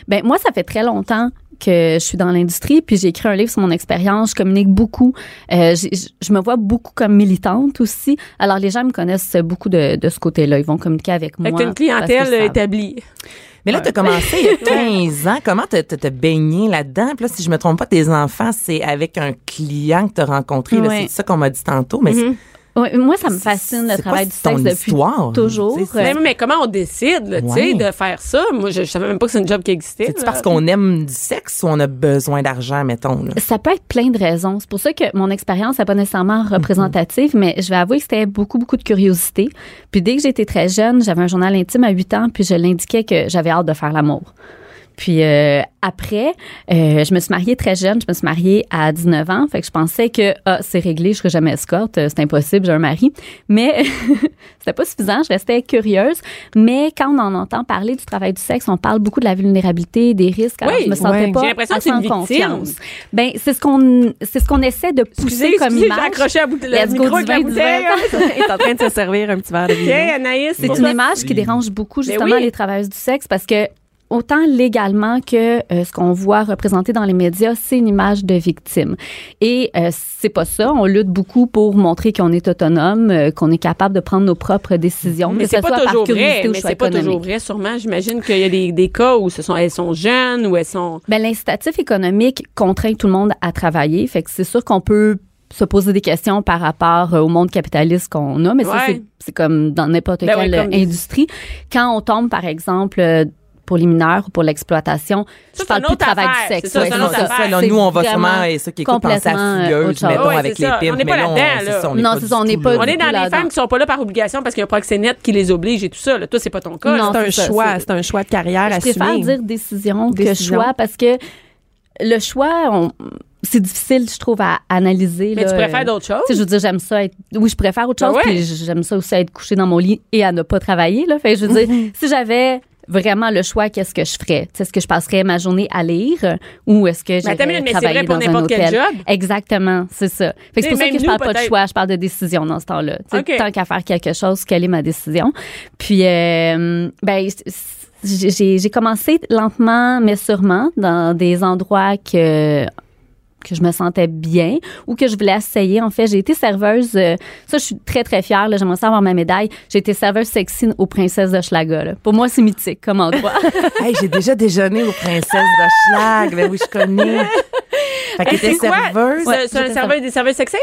Speaker 6: Ben, moi, ça fait très longtemps que je suis dans l'industrie, puis j'ai écrit un livre sur mon expérience. Je communique beaucoup. Euh, j'ai- je- je me vois beaucoup comme militante aussi. Alors, les gens me connaissent beaucoup de, de ce côté-là. Ils vont communiquer avec
Speaker 3: Fait que
Speaker 6: moi.
Speaker 3: t'as une
Speaker 6: parce
Speaker 3: clientèle euh,
Speaker 6: que ça-
Speaker 3: établie.
Speaker 5: mais là, tu as commencé il y a 15 ans. Comment t'as t'as- t'as baigné là-dedans? Puis là, si je me trompe pas, tes enfants, c'est avec un client que tu as rencontré. là.
Speaker 6: Ouais.
Speaker 5: C'est ça qu'on m'a dit tantôt. Mais
Speaker 3: Mhm.
Speaker 5: c'est-
Speaker 6: Ouais, moi, ça me
Speaker 5: c'est-
Speaker 6: fascine le
Speaker 5: c'est
Speaker 6: travail
Speaker 5: pas
Speaker 6: du sexe
Speaker 5: ton
Speaker 6: depuis
Speaker 5: histoire.
Speaker 6: toujours.
Speaker 5: C'est- c'est-
Speaker 3: Mais, mais comment on décide, là, tu sais,
Speaker 5: Ouais.
Speaker 3: de faire ça? Moi, je, je savais même pas que c'est une job qui existait.
Speaker 5: C'est-tu
Speaker 3: là.
Speaker 5: parce qu'on aime du sexe ou on a besoin d'argent, mettons? là?
Speaker 6: Ça peut être plein de raisons. C'est pour ça que mon expérience n'est pas nécessairement
Speaker 3: Mhm.
Speaker 6: représentative, mais je vais avouer que c'était beaucoup, beaucoup de curiosité. Puis dès que j'étais très jeune, j'avais un journal intime à 8 ans, puis je l'indiquais que j'avais hâte de faire l'amour. Puis euh, après, euh, je me suis mariée très jeune. Je me suis mariée à 19 ans. Fait que je pensais que ah, c'est réglé, je serai jamais escorte, euh, c'est impossible, j'ai un mari. Mais c'était pas suffisant. Je restais curieuse. Mais quand on en entend parler du travail du sexe, on parle beaucoup de la vulnérabilité, des risques. Alors,
Speaker 3: Oui,
Speaker 6: je me sentais
Speaker 4: oui.
Speaker 6: pas
Speaker 3: J'ai l'impression que c'est
Speaker 6: assez en
Speaker 3: une victime.
Speaker 6: confiance. Ben, c'est ce qu'on c'est ce qu'on essaie de pousser
Speaker 3: Excusez,
Speaker 6: comme
Speaker 3: excusez, j'ai
Speaker 6: image.
Speaker 3: accroché à bout de le
Speaker 6: Let's go
Speaker 3: micro
Speaker 6: du
Speaker 3: avec la
Speaker 6: vin, du vin.
Speaker 3: bouteille. hein.
Speaker 4: Il est en train de se servir un petit verre de
Speaker 3: OK,
Speaker 4: vin.
Speaker 3: Anaïs.
Speaker 6: C'est une image qui dérange beaucoup justement
Speaker 3: Ben oui.
Speaker 6: les travailleuses du sexe parce que autant légalement que euh, ce qu'on voit représenté dans les médias, c'est une image de victime. Et euh, c'est pas ça. On lutte beaucoup pour montrer qu'on est autonome, euh, qu'on est capable de prendre nos propres décisions,
Speaker 3: Mm-hmm. Mais
Speaker 6: que ce
Speaker 3: c'est
Speaker 6: soit
Speaker 3: pas
Speaker 6: par
Speaker 3: toujours
Speaker 6: curiosité
Speaker 3: vrai.
Speaker 6: ou
Speaker 3: Mais
Speaker 6: choix
Speaker 3: c'est pas
Speaker 6: économique.
Speaker 3: toujours vrai, sûrement. J'imagine qu'il y a des, des cas où ce sont, elles sont jeunes ou elles sont.
Speaker 6: Ben, l'incitatif économique contraint tout le monde à travailler. Fait que c'est sûr qu'on peut se poser des questions par rapport euh, au monde capitaliste qu'on a, mais ça,
Speaker 3: Ouais.
Speaker 6: c'est- c'est comme dans n'importe
Speaker 3: Ben
Speaker 6: quelle
Speaker 3: ouais, comme-
Speaker 6: euh, industrie. Quand on tombe, par exemple, euh, pour les mineurs ou pour l'exploitation,
Speaker 3: Ça,
Speaker 6: je parle
Speaker 3: c'est
Speaker 6: plus de
Speaker 3: une autre
Speaker 6: travail du
Speaker 3: affaire.
Speaker 6: sexe.
Speaker 3: C'est ça,
Speaker 6: Ouais,
Speaker 3: c'est
Speaker 5: Ouais,
Speaker 3: une
Speaker 5: non,
Speaker 3: autre
Speaker 5: c'est ça.
Speaker 3: affaire.
Speaker 5: Là,
Speaker 6: C'est
Speaker 5: nous, on va
Speaker 6: vraiment
Speaker 5: sûrement, et ceux qui écoutent, penser
Speaker 6: complètement,
Speaker 5: à
Speaker 6: euh,
Speaker 5: fugueuse,
Speaker 6: autre chose.
Speaker 5: mettons,
Speaker 3: Ouais,
Speaker 5: avec
Speaker 3: c'est
Speaker 5: les
Speaker 3: ça.
Speaker 5: pipes.
Speaker 3: On n'est
Speaker 5: mais
Speaker 3: pas
Speaker 5: là,
Speaker 3: là-dedans,
Speaker 5: c'est
Speaker 3: là.
Speaker 5: ça, on
Speaker 6: Non,
Speaker 5: pas
Speaker 6: c'est
Speaker 5: du
Speaker 6: ça, on n'est
Speaker 5: tout
Speaker 6: pas
Speaker 5: là.
Speaker 3: On est dans
Speaker 6: Là,
Speaker 3: les
Speaker 6: dans-
Speaker 3: femmes qui sont pas là par obligation parce qu'il y a un proxénète qui les oblige et tout ça. Là, toi, c'est pas ton cas.
Speaker 6: Non,
Speaker 3: là.
Speaker 4: C'est un
Speaker 6: c'est ça,
Speaker 4: choix,
Speaker 6: c'est-
Speaker 4: c'est un choix de carrière
Speaker 6: Je
Speaker 4: assumé.
Speaker 6: préfère dire décision,
Speaker 4: Décision.
Speaker 6: que choix parce que le choix, on- c'est difficile, je trouve, à analyser.
Speaker 3: Mais
Speaker 6: là,
Speaker 3: tu
Speaker 6: euh,
Speaker 3: préfères d'autres choses?
Speaker 6: Tu sais, je veux dire, j'aime ça être. Oui, je préfère autre
Speaker 3: Ah
Speaker 6: chose.
Speaker 3: ouais?
Speaker 6: Puis j'aime ça aussi être couché dans mon lit et à ne pas travailler. Là. Fait que je veux dire, si j'avais vraiment le choix, qu'est-ce que je ferais? Tu sais, Est-ce que je passerais ma journée à lire euh, ou est-ce que
Speaker 3: attends une
Speaker 6: j'allais
Speaker 3: minute, mais c'est
Speaker 6: travailler
Speaker 3: vrai pour
Speaker 6: dans un
Speaker 3: n'importe quel
Speaker 6: hôtel?
Speaker 3: job?
Speaker 6: Exactement, c'est ça. Fait que
Speaker 3: Mais
Speaker 6: c'est pour ça
Speaker 3: même
Speaker 6: que je
Speaker 3: nous,
Speaker 6: parle pas de
Speaker 3: peut-être.
Speaker 6: choix, je parle de décision dans ce temps-là. Tu sais,
Speaker 3: OK.
Speaker 6: Tant qu'à faire quelque chose, quelle est ma décision? Puis, euh, ben, c- c- j'ai- j'ai j'ai commencé lentement, mais sûrement, dans des endroits que que je me sentais bien ou que je voulais essayer. En fait, j'ai été serveuse. euh, ça, je suis très, très fière. là, J'aimerais ça avoir ma médaille. J'ai été serveuse sexy aux princesses de Schlaga. là. Pour moi, c'est mythique comme endroit.
Speaker 5: Hey, j'ai déjà déjeuné aux princesses d'Hochelag. Ben oui, je connais. Fait qu'elle
Speaker 3: Hey,
Speaker 5: était
Speaker 3: c'est quoi?
Speaker 5: serveuse.
Speaker 3: C'est-
Speaker 6: Ouais,
Speaker 3: C'est un
Speaker 6: j'étais
Speaker 3: serveur des serveurs sexés?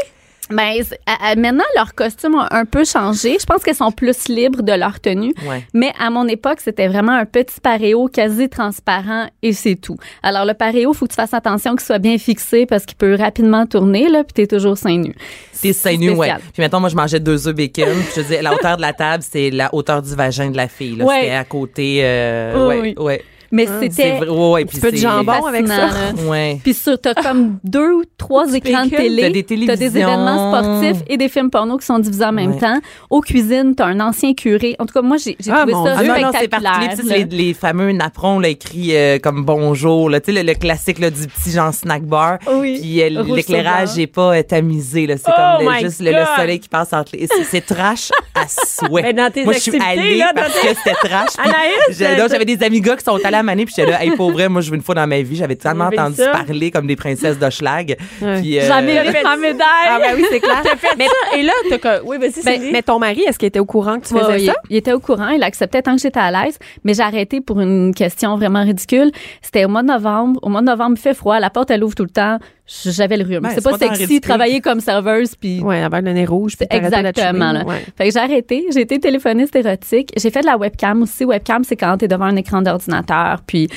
Speaker 6: Ben, c'est- à- à- maintenant, leurs costumes ont un peu changé. Je pense qu'elles sont plus libres de leur tenue.
Speaker 5: Ouais.
Speaker 6: Mais à mon époque, c'était vraiment un petit paréo quasi transparent et c'est tout. Alors, le paréo, faut que tu fasses attention qu'il soit bien fixé parce qu'il peut rapidement tourner, là, puis t'es toujours seins nus.
Speaker 5: T'es seins nus, ouais.
Speaker 6: spécial.
Speaker 5: Puis maintenant, moi, je mangeais deux œufs bacon. Puis je disais, la hauteur de la table, c'est la hauteur du vagin de la fille. là.
Speaker 6: Ouais.
Speaker 5: C'était à côté. euh,
Speaker 6: Oui,
Speaker 5: ouais,
Speaker 6: oui.
Speaker 5: ouais.
Speaker 6: Mais
Speaker 5: Ah, C'est
Speaker 6: c'était
Speaker 5: vrai. Ouais, ouais, puis
Speaker 4: petit peu de
Speaker 5: c'est-
Speaker 4: jambon. bon avec
Speaker 6: fascinant,
Speaker 4: ça.
Speaker 6: là.
Speaker 5: Ouais.
Speaker 6: Puis sur, t'as comme deux ou trois écrans de
Speaker 5: spécules,
Speaker 6: télé.
Speaker 5: t'as des télévisions.
Speaker 6: événements sportifs et des films porno qui sont divisés en même
Speaker 5: Ouais.
Speaker 6: temps. Aux cuisines, t'as un ancien curé. En tout cas, moi, j'ai j'ai
Speaker 4: Ah,
Speaker 6: trouvé
Speaker 4: mon
Speaker 6: ça
Speaker 5: Ah non, non, c'est
Speaker 6: spectaculaire.
Speaker 5: particulier. Puis, tu sais,
Speaker 6: là.
Speaker 5: les, les fameux napperons là, écrits euh, comme bonjour, là, tu sais, le, le classique là, du petit genre snack bar.
Speaker 6: Oui.
Speaker 5: Puis euh,
Speaker 6: Rouge
Speaker 5: l'éclairage
Speaker 6: sauvage.
Speaker 5: n'est pas euh, tamisé. là. C'est
Speaker 3: Oh
Speaker 5: comme le-
Speaker 3: my
Speaker 5: juste le, le
Speaker 3: God.
Speaker 5: soleil qui passe entre les. C'est, c'est trash à souhait.
Speaker 3: Mais Ben, dans tes
Speaker 5: moi, je suis
Speaker 3: activités,
Speaker 5: allée
Speaker 3: là, dans
Speaker 5: parce
Speaker 3: tes-
Speaker 5: que c'était trash. Puis
Speaker 3: Anaïs,
Speaker 5: j'ai-
Speaker 6: euh,
Speaker 5: donc, j'avais des amis gars qui sont allés à Mané, puis j'étais là, hey, pour vrai, moi, je veux une fois dans ma vie, j'avais tellement
Speaker 3: J'ai vu
Speaker 5: entendu
Speaker 3: ça.
Speaker 5: parler comme des princesses de schlag. Puis, euh,
Speaker 6: Jamais mérite ma médaille.
Speaker 4: Ah, ben oui, c'est clair. mais,
Speaker 3: Et là, t'as que. Oui,
Speaker 6: Ben,
Speaker 3: vas-y,
Speaker 4: mais-
Speaker 3: Cindy.
Speaker 4: mais ton mari, est-ce qu'il était au courant que tu
Speaker 6: Ouais,
Speaker 4: faisais
Speaker 6: il,
Speaker 4: ça?
Speaker 6: il était au courant, il acceptait tant que j'étais à l'aise, mais j'ai arrêté pour une question vraiment ridicule. C'était au mois de novembre. Au mois de novembre, il fait froid, la porte elle ouvre tout le temps. J'avais le rhume.
Speaker 5: Ben,
Speaker 6: c'est
Speaker 5: c'est
Speaker 6: pas,
Speaker 5: pas tant
Speaker 6: sexy
Speaker 5: ridicule.
Speaker 6: travailler comme serveuse puis
Speaker 4: Oui, avec le nez rouge. puis t'arrêtais de la
Speaker 6: Exactement.
Speaker 4: cheminée,
Speaker 6: là.
Speaker 4: ouais.
Speaker 6: Fait que j'ai arrêté. J'ai été téléphoniste érotique. J'ai fait de la webcam aussi. Webcam, c'est quand t'es devant un écran d'ordinateur. Puis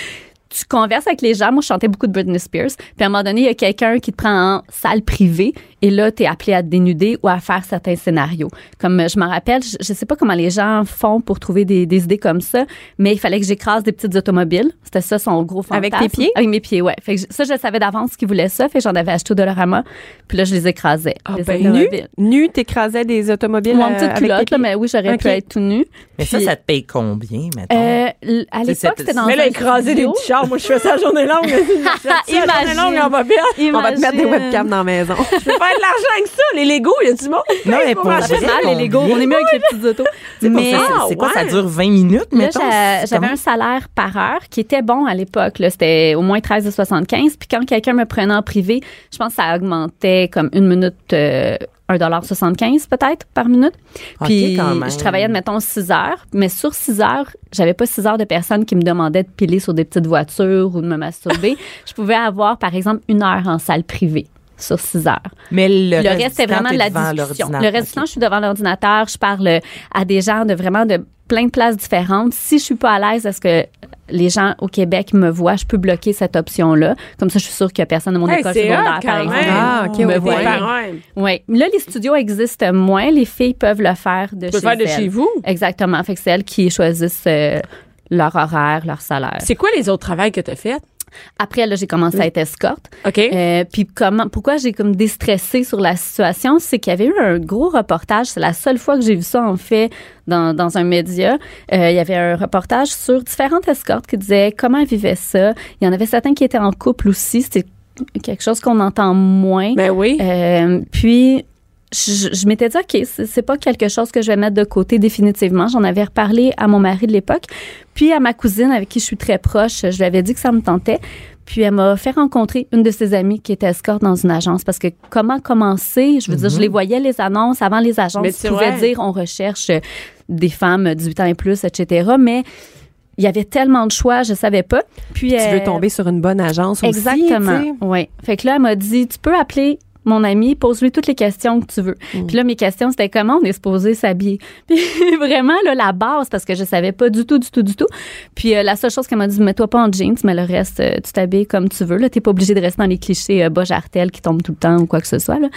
Speaker 6: tu converses avec les gens. Moi, je chantais beaucoup de Britney Spears. Puis à un moment donné, il y a quelqu'un qui te prend en salle privée. Et là, t'es appelé à te dénuder ou à faire certains scénarios. Comme euh, je m'en rappelle, je, je sais pas comment les gens font pour trouver des, des idées comme ça, mais il fallait que j'écrase des petites automobiles. C'était ça son gros
Speaker 4: Avec
Speaker 6: fantasme.
Speaker 4: tes pieds?
Speaker 6: Avec mes pieds, ouais. Fait que je- ça, je savais d'avance qu'ils voulaient ça. Fait que j'en avais acheté au Dollarama. Puis là, je les écrasais.
Speaker 4: Ah,
Speaker 6: Les
Speaker 4: ben, nu,
Speaker 6: automobiles.
Speaker 4: nu, t'écrasais des automobiles.
Speaker 6: Mon
Speaker 4: euh,
Speaker 6: petite
Speaker 4: avec
Speaker 6: culotte,
Speaker 4: tes
Speaker 6: là, mais oui, j'aurais pu
Speaker 4: Ok.
Speaker 6: être tout nu.
Speaker 5: mais ça,
Speaker 6: Puis-
Speaker 5: ça te paye combien, maintenant?
Speaker 6: Euh, l- à l'époque,
Speaker 5: c'était-
Speaker 6: c'était dans
Speaker 3: Mais là,
Speaker 6: un
Speaker 3: écraser des
Speaker 6: studio. Ah,
Speaker 3: petits chars. Moi, je fais ça à journée longue.
Speaker 6: Imagine.
Speaker 3: Imagine. journée longue en bobine.
Speaker 4: pieds. On va te mettre des
Speaker 6: Imagine.
Speaker 4: webcams dans la maison.
Speaker 3: Je peux faire de l'argent avec ça. Les Legos, y a du monde.
Speaker 5: non, mais pour
Speaker 6: Ça fait
Speaker 5: vrai,
Speaker 6: mal, les Legos.
Speaker 5: combien?
Speaker 6: On est mieux avec les petites autos.
Speaker 5: C'est pour
Speaker 6: Mais
Speaker 5: ça, c'est- c'est quoi, ça dure 20 minutes,
Speaker 6: Ah, là,
Speaker 5: mettons?
Speaker 6: j'a-
Speaker 5: C'est
Speaker 6: j'avais
Speaker 5: comment?
Speaker 6: un salaire par heure qui était bon à l'époque. là. C'était au moins 13,75. Puis quand quelqu'un me prenait en privé, je pense que ça augmentait comme une minute... euh, 1,75 peut-être par minute.
Speaker 5: Ok,
Speaker 6: Puis
Speaker 5: quand même.
Speaker 6: je travaillais, mettons, 6 heures. Mais sur 6 heures, j'avais pas 6 heures de personnes qui me demandaient de piler sur des petites voitures ou de me masturber. je pouvais avoir, par exemple, une heure en salle privée sur 6 heures.
Speaker 5: Mais le,
Speaker 6: le reste, c'est
Speaker 5: du temps,
Speaker 6: vraiment
Speaker 5: t'es
Speaker 6: de la
Speaker 5: devant
Speaker 6: discussion. Le
Speaker 5: l'ordinateur.
Speaker 6: reste du temps, je suis devant l'ordinateur, je parle euh, à des gens de vraiment de plein de places différentes. Si je suis pas à l'aise, est-ce que les gens au Québec me voient, je peux bloquer cette option-là. Comme ça, je suis sûre qu'il y a personne à mon
Speaker 3: Hey,
Speaker 6: école
Speaker 3: c'est
Speaker 6: secondaire,
Speaker 3: hot,
Speaker 6: par
Speaker 3: quand
Speaker 6: exemple.
Speaker 3: même.
Speaker 4: Ah, ok,
Speaker 6: me
Speaker 4: ouais.
Speaker 3: Des
Speaker 6: voient.
Speaker 3: parents.
Speaker 6: Oui. Là, les studios existent moins. Les filles peuvent le faire de,
Speaker 3: Tu peux
Speaker 6: chez,
Speaker 3: le faire de
Speaker 6: elles.
Speaker 3: chez vous.
Speaker 6: Exactement. Fait que c'est elles qui choisissent euh, leur horaire, leur salaire.
Speaker 3: C'est quoi les autres travails que t'as fait?
Speaker 6: Après, là, j'ai commencé à être escorte.
Speaker 3: OK.
Speaker 6: Euh, puis comment, pourquoi j'ai comme déstressé sur la situation, c'est qu'il y avait eu un gros reportage. C'est la seule fois que j'ai vu ça en fait dans, dans un média. Euh, il y avait un reportage sur différentes escortes qui disaient comment elles vivaient ça. Il y en avait certains qui étaient en couple aussi. C'était quelque chose qu'on entend moins.
Speaker 3: Ben oui.
Speaker 6: Euh, puis je, je m'étais dit ok c'est c'est pas quelque chose que je vais mettre de côté définitivement j'en avais reparlé à mon mari de l'époque puis à ma cousine avec qui je suis très proche je lui avais dit que ça me tentait puis elle m'a fait rencontrer une de ses amies qui était escorte dans une agence parce que comment commencer je veux dire je les voyais les annonces avant les agences
Speaker 3: Mm-hmm. Mais
Speaker 6: tu
Speaker 3: c'est
Speaker 6: pouvais
Speaker 3: vrai.
Speaker 6: dire on recherche euh, des femmes 18 ans et plus etc mais il y avait tellement de choix je savais pas puis
Speaker 4: Tu veux
Speaker 6: euh,
Speaker 4: tomber sur une bonne agence aussi.
Speaker 6: Exactement.
Speaker 4: tu sais.
Speaker 6: oui. Fait que là, elle m'a dit, tu peux appeler mon ami, pose-lui toutes les questions que tu veux.
Speaker 4: Mm.
Speaker 6: Puis là, mes questions, c'était comment on est supposé s'habiller. Puis vraiment, là, la base, parce que je savais pas du tout, du tout, du tout. Puis euh, la seule chose qu'elle m'a dit, mets-toi pas en jeans, mais le reste, euh, tu t'habilles comme tu veux. Là, t'es pas obligé de rester dans les clichés euh, bas jartel qui tombent tout le temps ou quoi que ce soit. Là.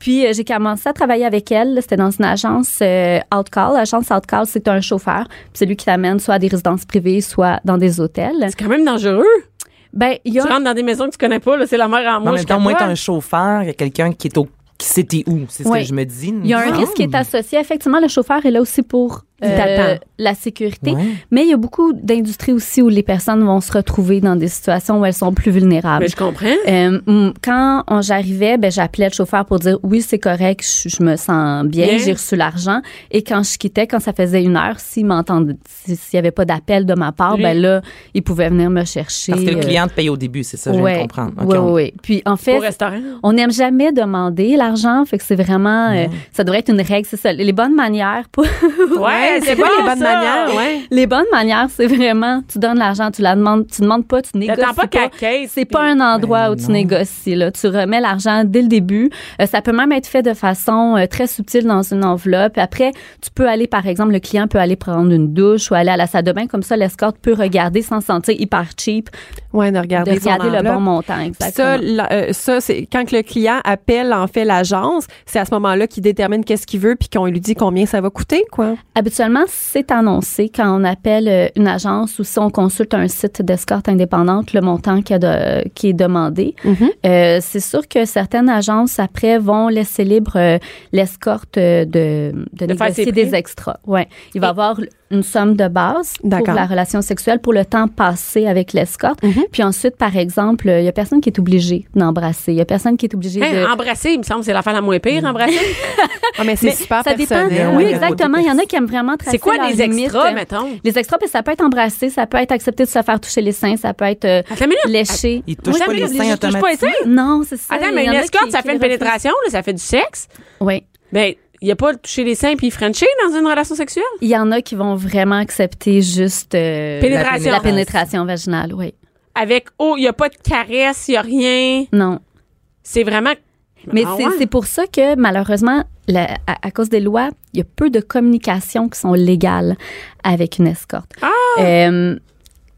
Speaker 6: Puis euh, j'ai commencé à travailler avec elle. C'était dans une agence euh, Outcall. L'agence Outcall, c'est un chauffeur. Puis c'est lui qui t'amène soit à des résidences privées, soit dans des hôtels.
Speaker 3: C'est quand même dangereux.
Speaker 6: Ben, il y a
Speaker 3: Tu rentres dans des maisons que tu connais pas, là, c'est la mer en
Speaker 5: Mais en
Speaker 3: moi.
Speaker 5: même temps, moi, t'es un chauffeur, il y a quelqu'un qui est au. qui sait t'es où, c'est ce
Speaker 6: Ouais.
Speaker 5: que je me dis.
Speaker 6: Il y a un
Speaker 5: Ah.
Speaker 6: risque qui est associé. Effectivement, le chauffeur est là aussi pour euh,
Speaker 4: t'attend.
Speaker 6: la sécurité.
Speaker 5: Ouais.
Speaker 6: Mais il y a beaucoup d'industries aussi où les personnes vont se retrouver dans des situations où elles sont plus vulnérables.
Speaker 3: Mais je comprends.
Speaker 6: Euh, mm, quand on- j'arrivais, ben, j'appelais le chauffeur pour dire oui, c'est correct, je, je me sens bien,
Speaker 3: Bien.
Speaker 6: j'ai reçu l'argent. Et quand je quittais, quand ça faisait une heure, s'il m'entendait, s'il n'y avait pas d'appel de ma part,
Speaker 3: Lui.
Speaker 6: ben là, il pouvait venir me chercher.
Speaker 5: Parce que le
Speaker 6: euh,
Speaker 5: client te paye au début, c'est ça, je viens
Speaker 6: ouais,
Speaker 5: de comprendre. Ok,
Speaker 6: ouais,
Speaker 5: on-
Speaker 6: ouais, ouais. Puis en fait,
Speaker 3: Au restaurant.
Speaker 6: on n'aime jamais demander l'argent, fait que c'est vraiment, euh, ça devrait être une règle, c'est ça. Les bonnes manières, pour,
Speaker 3: Ouais,
Speaker 4: c'est pas les bonnes manières, ouais.
Speaker 6: les bonnes manières, c'est vraiment, tu donnes l'argent, tu la demandes, tu demandes pas, tu négocies
Speaker 3: T'attends pas
Speaker 6: pas.
Speaker 3: qu'à la caisse,
Speaker 6: C'est
Speaker 3: puis-
Speaker 6: pas un endroit
Speaker 4: Ben
Speaker 6: où tu négocies là. Tu remets l'argent dès le début. Euh, ça peut même être fait de façon euh, très subtile dans une enveloppe. Après, tu peux aller, par exemple, le client peut aller prendre une douche ou aller à la salle de bain. Comme ça, l'escorte peut regarder sans se sentir hyper cheap,
Speaker 4: Ouais, de
Speaker 6: de
Speaker 4: regarder, son
Speaker 6: regarder le
Speaker 4: enveloppe.
Speaker 6: bon montant.
Speaker 4: Puis Ça,
Speaker 6: Exactement.
Speaker 4: la- euh, ça c'est quand que le client appelle en fait l'agence, c'est à ce moment-là qu'il détermine qu'est-ce qu'il veut puis qu'on lui dit combien ça va coûter quoi.
Speaker 6: habituellement, c'est annoncé quand on appelle euh, une agence ou si on consulte un site d'escorte indépendante, le montant qui, est de- qui est demandé.
Speaker 3: Mhm.
Speaker 6: Euh, c'est sûr que certaines agences, après, vont laisser libre euh, l'escorte euh, de, de,
Speaker 3: De faire ses prix.
Speaker 6: négocier des extras. Ouais. Il va y avoir une somme de base pour
Speaker 4: D'accord.
Speaker 6: la relation sexuelle, pour le temps passé avec l'escorte.
Speaker 4: Mhm.
Speaker 6: Puis ensuite, par exemple, euh, il y a personne qui est obligé d'embrasser. Il y a personne qui est obligé de... Mm.
Speaker 3: Hein, Embrasser, il me semble, c'est l'affaire la moins pire, embrasser.
Speaker 4: Ah, mais c'est super
Speaker 6: Ça dépend.
Speaker 4: personnel.
Speaker 6: Oui,
Speaker 5: ouais,
Speaker 6: exactement. Il y en a qui aiment vraiment tracer
Speaker 3: euh, C'est quoi
Speaker 6: leurs
Speaker 3: les extras,
Speaker 6: limites. euh,
Speaker 3: mettons?
Speaker 6: Les extras, puis ça peut être embrasser, ça peut être accepter de se faire toucher les seins, ça peut être euh,
Speaker 3: Attends une minute.
Speaker 6: lécher.
Speaker 5: Il touche
Speaker 3: Oui,
Speaker 5: pas
Speaker 3: mais
Speaker 5: les
Speaker 3: je
Speaker 5: seins
Speaker 3: touche pas les
Speaker 5: automatiquement.
Speaker 6: Non, c'est ça.
Speaker 3: Attends, mais une escorte, ça fait une pénétration, là, ça fait du sexe.
Speaker 6: Oui.
Speaker 3: Ben, il n'y a pas le toucher les seins puis frencher dans une relation sexuelle.
Speaker 6: Il y en a qui vont vraiment accepter juste euh,
Speaker 3: Pénétration.
Speaker 6: la pénétration vaginale, oui.
Speaker 3: Avec, oh, il n'y a pas de caresse, il n'y a rien.
Speaker 6: Non.
Speaker 3: C'est vraiment.
Speaker 6: Mais
Speaker 3: Ah
Speaker 6: c'est
Speaker 3: ouais?
Speaker 6: c'est pour ça que, malheureusement, la- à, à cause des lois, il y a peu de communications qui sont légales avec une escorte.
Speaker 3: Ah!
Speaker 6: Euh,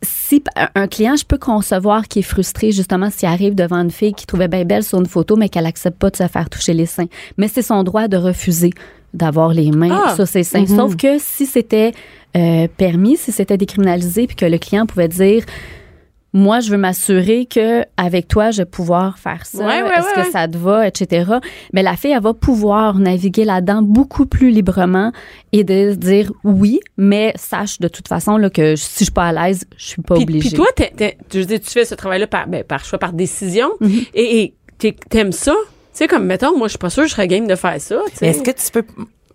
Speaker 6: si p- un- un client, je peux concevoir qu'il est frustré, justement, s'il arrive devant une fille qui trouvait bien belle sur une photo, mais qu'elle accepte pas de se faire toucher les seins. Mais c'est son droit de refuser d'avoir les mains
Speaker 3: Ah!
Speaker 6: sur ses seins. Sauf que si c'était euh, permis, si c'était décriminalisé, puis que le client pouvait dire moi, je veux m'assurer que avec toi, je vais pouvoir faire ça.
Speaker 3: Ouais, ouais,
Speaker 6: Est-ce
Speaker 3: ouais,
Speaker 6: que
Speaker 3: ouais.
Speaker 6: ça te va, etc. Mais la fille, elle va pouvoir naviguer là-dedans beaucoup plus librement et de se dire oui, mais sache de toute façon là, que si je suis pas à l'aise, je suis pas
Speaker 3: Puis,
Speaker 6: obligée.
Speaker 3: puis toi, t'es- t'es- je veux dire, tu fais ce travail-là par, ben, par choix, par décision.
Speaker 6: Mm-hmm.
Speaker 3: Et et t'es- t'aimes ça? Tu sais, comme, mettons, moi, je suis pas sûre que je serais game de faire ça. tu sais.
Speaker 5: Mais Est-ce que tu peux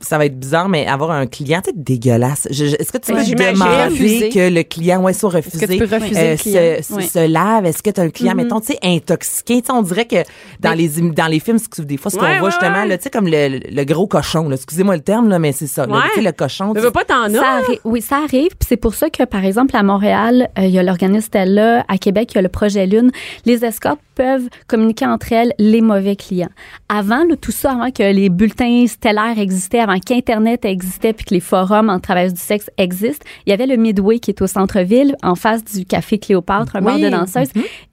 Speaker 5: ça va être bizarre, mais avoir un client, c'est dégueulasse. Je- je- Est-ce que tu peux
Speaker 3: Ouais, j'imagine.
Speaker 5: demander
Speaker 4: Refuser.
Speaker 5: que le client, ouais, soit refusé, euh,
Speaker 4: que tu peux refuser le client?
Speaker 5: se, se-
Speaker 6: Ouais.
Speaker 5: se lave? Est-ce que tu as un client, mettons, tu sais, intoxiqué? Tu sais, on dirait que dans les im- dans les films, ce que- des fois, ce qu'on
Speaker 3: Ouais,
Speaker 5: voit
Speaker 3: ouais,
Speaker 5: justement,
Speaker 3: ouais.
Speaker 5: là, tu sais, comme le, le gros cochon, là. excusez-moi le terme, là, mais c'est ça. là.
Speaker 3: Ouais.
Speaker 5: Tu sais, le cochon.
Speaker 3: Mais
Speaker 5: tu-
Speaker 3: veux pas t'en
Speaker 6: Ça
Speaker 3: as?
Speaker 6: arri- oui, ça arrive. Puis c'est pour ça que, par exemple, à Montréal, euh, il y a l'organisme Stella. À Québec, il y a le projet Lune. Les escortes peuvent communiquer entre elles les mauvais clients. Avant, là, tout ça, avant que les bulletins stellaires existaient, avant qu'Internet existait, puis que les forums en travail du sexe existent, il y avait le Midway qui est au centre-ville, en face du café Cléopâtre, un bar
Speaker 4: Oui.
Speaker 6: de danseuses.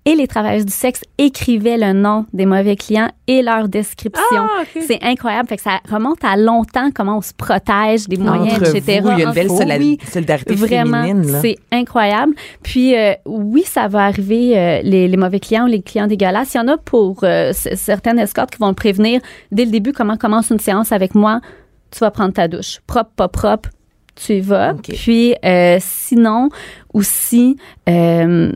Speaker 6: Et les travailleuses du sexe écrivaient le nom des mauvais clients et leur description.
Speaker 3: Ah, ok.
Speaker 6: C'est incroyable. Fait que ça remonte à longtemps comment on se protège des moyens,
Speaker 5: entre
Speaker 6: etc.
Speaker 5: vous, il y a une
Speaker 6: Entre-
Speaker 5: belle sola-
Speaker 6: Ah, Oui,
Speaker 5: solidarité
Speaker 6: Vraiment,
Speaker 5: féminine. là.
Speaker 6: c'est incroyable. Puis euh, oui, ça va arriver euh, les, les mauvais clients ou les clients dégueulasses. Il y en a pour euh, c- certaines escortes qui vont le prévenir dès le début. Comment commence une séance avec moi Tu vas prendre ta douche, propre, pas propre. Tu y vas.
Speaker 5: Ok.
Speaker 6: Puis euh, sinon aussi. euh,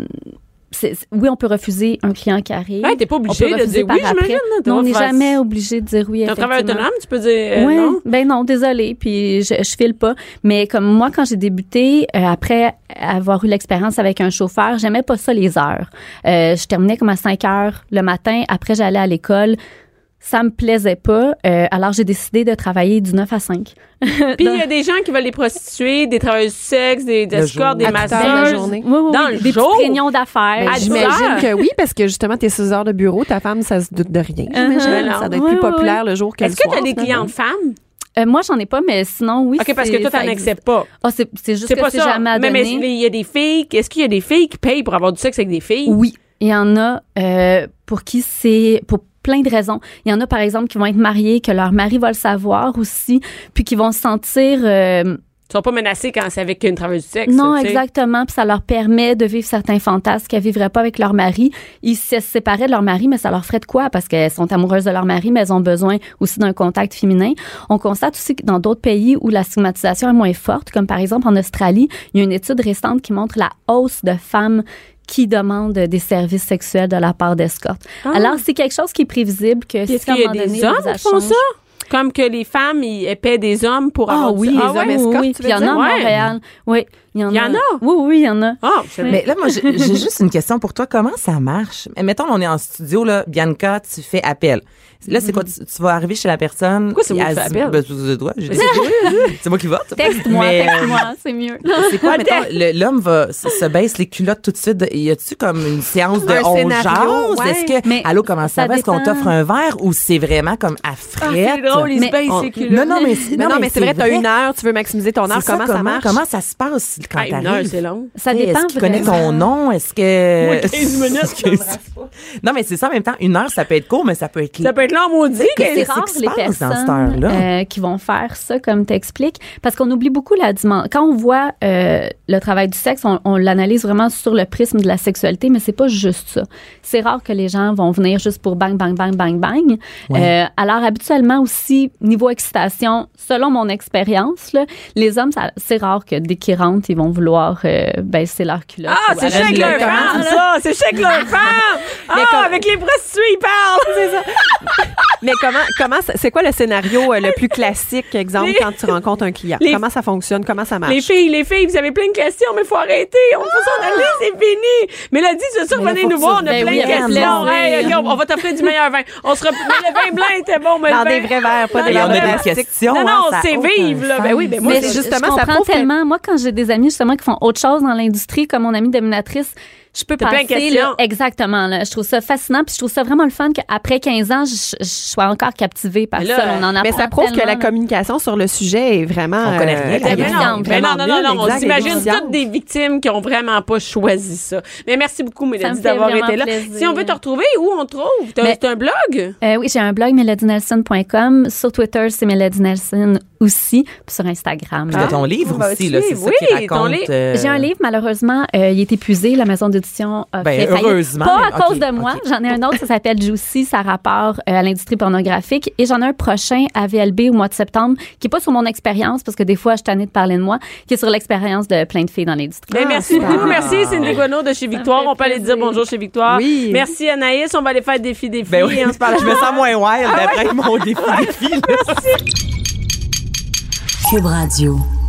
Speaker 6: c'est- c'est- oui, on peut refuser un client qui arrive.
Speaker 3: Ouais, t'es pas obligé
Speaker 6: On peut
Speaker 3: de
Speaker 6: refuser
Speaker 3: dire
Speaker 6: par
Speaker 3: oui,
Speaker 6: après.
Speaker 3: j'imagine, là, t'as
Speaker 6: Non, on
Speaker 3: pas
Speaker 6: n'est
Speaker 3: de phrase.
Speaker 6: jamais obligé de dire oui.
Speaker 3: T'es un travail
Speaker 6: effectivement.
Speaker 3: autonome, tu peux dire euh,
Speaker 6: Ouais,
Speaker 3: non?
Speaker 6: Ben non, désolée, puis je, je file pas. Mais comme moi, quand j'ai débuté, euh, après avoir eu l'expérience avec un chauffeur, j'aimais pas ça les heures. Euh, je terminais comme à 5 heures le matin. Après, j'allais à l'école. Ça me plaisait pas. euh, alors, j'ai décidé de travailler du 9 à 5. Euh,
Speaker 3: Puis il y a des gens qui veulent les prostituer, des travailleurs du sexe, des, des
Speaker 5: Le
Speaker 3: escortes,
Speaker 5: jour.
Speaker 3: des
Speaker 4: À toute
Speaker 3: masseurs.
Speaker 4: heure de la journée.
Speaker 6: Oui, oui, oui,
Speaker 3: Dans le
Speaker 6: des petites
Speaker 3: jour?
Speaker 6: réunions d'affaires. Euh,
Speaker 4: Ben,
Speaker 3: À
Speaker 4: J'imagine
Speaker 3: dix
Speaker 4: que oui, parce que justement, tes 6 heures de bureau, ta femme, ça se doute de rien. J'imagine.
Speaker 3: Uh-huh.
Speaker 4: Ça doit être plus
Speaker 6: Ouais, ouais,
Speaker 4: populaire le jour que le
Speaker 3: Est-ce que
Speaker 4: soir.
Speaker 3: t'as des
Speaker 4: finalement.
Speaker 3: clients femmes?
Speaker 6: Euh, moi, j'en ai pas, mais sinon, oui.
Speaker 3: OK, parce que
Speaker 6: c'est-
Speaker 3: toi,
Speaker 6: ça
Speaker 3: t'en
Speaker 6: existe.
Speaker 3: acceptes pas.
Speaker 6: Ah, c'est c'est juste
Speaker 3: C'est
Speaker 6: que
Speaker 3: pas
Speaker 6: c'est
Speaker 3: ça.
Speaker 6: jamais à
Speaker 3: mais mais
Speaker 6: donner.
Speaker 3: il y a des filles. Est-ce qu'il y a des filles qui payent pour avoir du sexe avec des filles?
Speaker 6: Oui, il y en a euh, pour qui c'est pour plein de raisons. Il y en a par exemple qui vont être mariés, que leur mari va le savoir aussi, puis qui vont se sentir euh,
Speaker 3: Ils sont pas menacés quand c'est avec une travailleuse du sexe.
Speaker 6: non
Speaker 3: tu sais.
Speaker 6: exactement, puis ça leur permet de vivre certains fantasmes qu'elles vivraient pas avec leur mari. Ils se séparaient de leur mari, mais ça leur ferait de quoi parce qu'elles sont amoureuses de leur mari, mais elles ont besoin aussi d'un contact féminin. On constate aussi que dans d'autres pays où la stigmatisation est moins forte, comme par exemple en Australie, il y a une étude récente qui montre la hausse de femmes qui demandent des services sexuels de la part d'escortes. Alors, c'est quelque chose qui est prévisible que
Speaker 3: Ah. Puis Est-ce
Speaker 6: si à un
Speaker 3: qu'il y a
Speaker 6: moment donné,
Speaker 3: des
Speaker 6: le
Speaker 3: hommes
Speaker 6: visage
Speaker 3: qui font
Speaker 6: change-
Speaker 3: ça? Comme que les femmes, ils paient des hommes pour
Speaker 4: Ah
Speaker 3: avoir
Speaker 4: oui,
Speaker 3: du
Speaker 4: les
Speaker 3: Ah ouais?
Speaker 4: hommes escortes,
Speaker 6: oui,
Speaker 4: tu
Speaker 6: puis
Speaker 4: veux
Speaker 6: il y en a à
Speaker 4: dire?
Speaker 3: Ouais.
Speaker 6: Montréal. Oui, il y en
Speaker 3: Il y
Speaker 6: a.
Speaker 3: en a?
Speaker 6: Oui, oui, il y en a.
Speaker 3: Ah, c'est
Speaker 5: Mais là, moi, j'ai j'ai juste une question pour toi. Comment ça marche? Mais Mettons, on est en studio, là. Bianca, tu fais appel. Là, c'est quoi? Tu, tu vas arriver chez la personne.
Speaker 3: Pourquoi c'est
Speaker 5: puis
Speaker 3: moi qui
Speaker 5: elle
Speaker 3: fais
Speaker 5: dit-
Speaker 3: appel?
Speaker 5: Ben, c'est- c'est toi, j'ai dit. C'est moi qui vote.
Speaker 6: Texte-moi,
Speaker 5: Mais, euh,
Speaker 6: texte-moi, c'est mieux.
Speaker 5: C'est quoi, mettons, le- l'homme va se, se baisse les culottes tout de suite. Y a-tu comme une séance de
Speaker 4: Un
Speaker 5: on
Speaker 4: scénario,
Speaker 5: jase?
Speaker 4: ouais.
Speaker 5: Est-ce que,
Speaker 6: Mais
Speaker 5: allô, comment ça,
Speaker 6: ça
Speaker 5: va? Est-ce qu'on
Speaker 6: dépend.
Speaker 5: t'offre un verre ou c'est vraiment comme à fret?
Speaker 3: Ah, drôle, ils
Speaker 6: Mais-
Speaker 3: se baissent
Speaker 5: On-
Speaker 3: les culottes.
Speaker 5: non, non, mais,
Speaker 4: Mais non, mais c'est vrai, t'as une heure, tu veux maximiser ton
Speaker 5: C'est
Speaker 4: heure.
Speaker 5: ça,
Speaker 4: Comment ça marche?
Speaker 5: Comment ça se passe? quand
Speaker 3: Ah, une heure,
Speaker 5: t'arrives?
Speaker 3: c'est long.
Speaker 6: Ça
Speaker 5: Tu sais,
Speaker 6: dépend
Speaker 5: Est-ce qu'il connaît ton nom? Est-ce que.
Speaker 3: Moi, 15 minutes,
Speaker 5: Est-ce que- Non, mais c'est ça en même temps. Une heure, ça peut être court, mais ça peut être
Speaker 3: Ça peut être long, maudit.
Speaker 5: Qu'est-ce
Speaker 3: mais-
Speaker 5: que
Speaker 6: c'est rare
Speaker 5: qui se
Speaker 6: les
Speaker 5: passe dans cette
Speaker 6: personnes
Speaker 5: heure-là?
Speaker 6: euh, qui vont faire ça, comme t'expliques, parce qu'on oublie beaucoup la dimension. Quand on voit euh, le travail du sexe, on, on l'analyse vraiment sur le prisme de la sexualité, mais c'est pas juste ça. C'est rare que les gens vont venir juste pour bang, bang, bang, bang, bang. Euh, alors, habituellement aussi, niveau excitation, selon mon expérience, là, les hommes, ça- c'est rare que dès qu'ils rentrent, ils vont vouloir euh, baisser leur culotte.
Speaker 3: Ah,
Speaker 6: ou
Speaker 3: c'est
Speaker 6: arrêter
Speaker 3: chic
Speaker 6: le
Speaker 3: leur
Speaker 6: corps.
Speaker 4: hein?
Speaker 3: femme, ça! C'est chic leur femme! Ah, avec les prostituées, ils parlent!
Speaker 4: Mais comment, comment, ça- c'est quoi le scénario euh, le plus classique, exemple,
Speaker 3: Les-
Speaker 4: quand tu rencontres un client?
Speaker 3: Les-
Speaker 4: Comment ça fonctionne? Comment ça marche?
Speaker 3: Les filles, les filles, vous avez plein de questions, mais faut arrêter. On faut s'en aller, c'est fini. Mélodie, c'est sûr,
Speaker 5: Mais là,
Speaker 3: venez
Speaker 5: faut
Speaker 3: nous
Speaker 5: que
Speaker 3: voir,
Speaker 5: tu-
Speaker 3: on a
Speaker 6: Ben
Speaker 3: plein
Speaker 6: oui,
Speaker 3: de
Speaker 6: avec
Speaker 3: questions.
Speaker 6: plaisir.
Speaker 3: Hey, regarde, on va t'offrir du meilleur vin. On se rep- mais le vin blanc était bon, mais
Speaker 4: Dans
Speaker 3: le
Speaker 4: des
Speaker 3: vin-
Speaker 4: vrais verres, pas
Speaker 3: Dans
Speaker 4: des
Speaker 5: Et on
Speaker 4: verres
Speaker 3: des
Speaker 4: de
Speaker 5: a
Speaker 3: vrais-
Speaker 5: des
Speaker 4: plastique.
Speaker 5: questions.
Speaker 3: Non,
Speaker 5: hein,
Speaker 3: non,
Speaker 5: ça a
Speaker 3: c'est
Speaker 5: aucun
Speaker 3: vive, là.
Speaker 5: sens.
Speaker 3: Ben oui, ben moi,
Speaker 6: mais
Speaker 3: c'est
Speaker 6: je-
Speaker 4: justement,
Speaker 6: je
Speaker 4: ça
Speaker 6: comprends
Speaker 4: prouve que-
Speaker 6: tellement. Moi, quand j'ai des amis justement qui font autre chose dans l'industrie, comme mon amie dominatrice, je peux
Speaker 3: T'as plein de
Speaker 6: passer
Speaker 3: questions.
Speaker 6: là, exactement. Là, je trouve ça fascinant, puis je trouve ça vraiment le fun qu'après 15 ans, je, je sois encore captivée par
Speaker 3: Mais là,
Speaker 6: ça. On en
Speaker 4: Mais
Speaker 6: apprend
Speaker 4: ça prouve que
Speaker 6: tellement,
Speaker 4: la
Speaker 6: là.
Speaker 4: communication sur le sujet est vraiment. euh,
Speaker 5: On connaît rien,
Speaker 3: Mais
Speaker 5: Elle est
Speaker 3: Ah, ben non,
Speaker 6: évidente,
Speaker 3: mais non, non, non, non, on s'imagine
Speaker 4: tout
Speaker 3: toutes des victimes qui ont vraiment pas choisi ça. Mais merci beaucoup,
Speaker 6: me
Speaker 3: Mélodie,
Speaker 6: fait
Speaker 3: d'avoir
Speaker 6: vraiment
Speaker 3: été là.
Speaker 6: plaisir.
Speaker 3: Si on veut te retrouver, où on te trouve? T'as
Speaker 6: Mais-
Speaker 3: t'as un blog?
Speaker 6: Euh, oui, j'ai un blog melodynelson.com. Sur Twitter, c'est Melody Nelson aussi, puis sur Instagram.
Speaker 5: Puis t'as ton livre
Speaker 3: Ah,
Speaker 5: aussi,
Speaker 3: tu
Speaker 5: là, c'est
Speaker 3: livres,
Speaker 5: ça qui
Speaker 3: oui, ton
Speaker 5: raconte.
Speaker 3: livre.
Speaker 5: euh,
Speaker 6: J'ai un livre, malheureusement, euh, il est épuisé. La maison d'édition a
Speaker 5: Ben,
Speaker 6: fait faillite.
Speaker 5: heureusement,
Speaker 6: Pas
Speaker 5: mais-
Speaker 6: à cause
Speaker 5: ok,
Speaker 6: de moi.
Speaker 5: ok.
Speaker 6: J'en ai un autre, ça s'appelle Juicy, ça rapporte euh, à l'industrie pornographique. Et j'en ai un prochain à VLB au mois de septembre, qui n'est pas sur mon expérience, parce que des fois, je suis tannée de parler de moi, qui est sur l'expérience de plein de filles dans l'industrie.
Speaker 3: Ben, merci
Speaker 4: super.
Speaker 3: beaucoup. Merci, Cindy Guano de chez Victoire.
Speaker 6: fait
Speaker 3: On peut aller dire
Speaker 6: plaisir.
Speaker 3: bonjour chez Victoire.
Speaker 4: Oui.
Speaker 3: Merci, Anaïs. On va aller faire des filles des filles.
Speaker 5: Ben oui,
Speaker 3: On se parle
Speaker 5: je me sens moins wild d'après mon défi des filles, là.
Speaker 1: Cube Radio.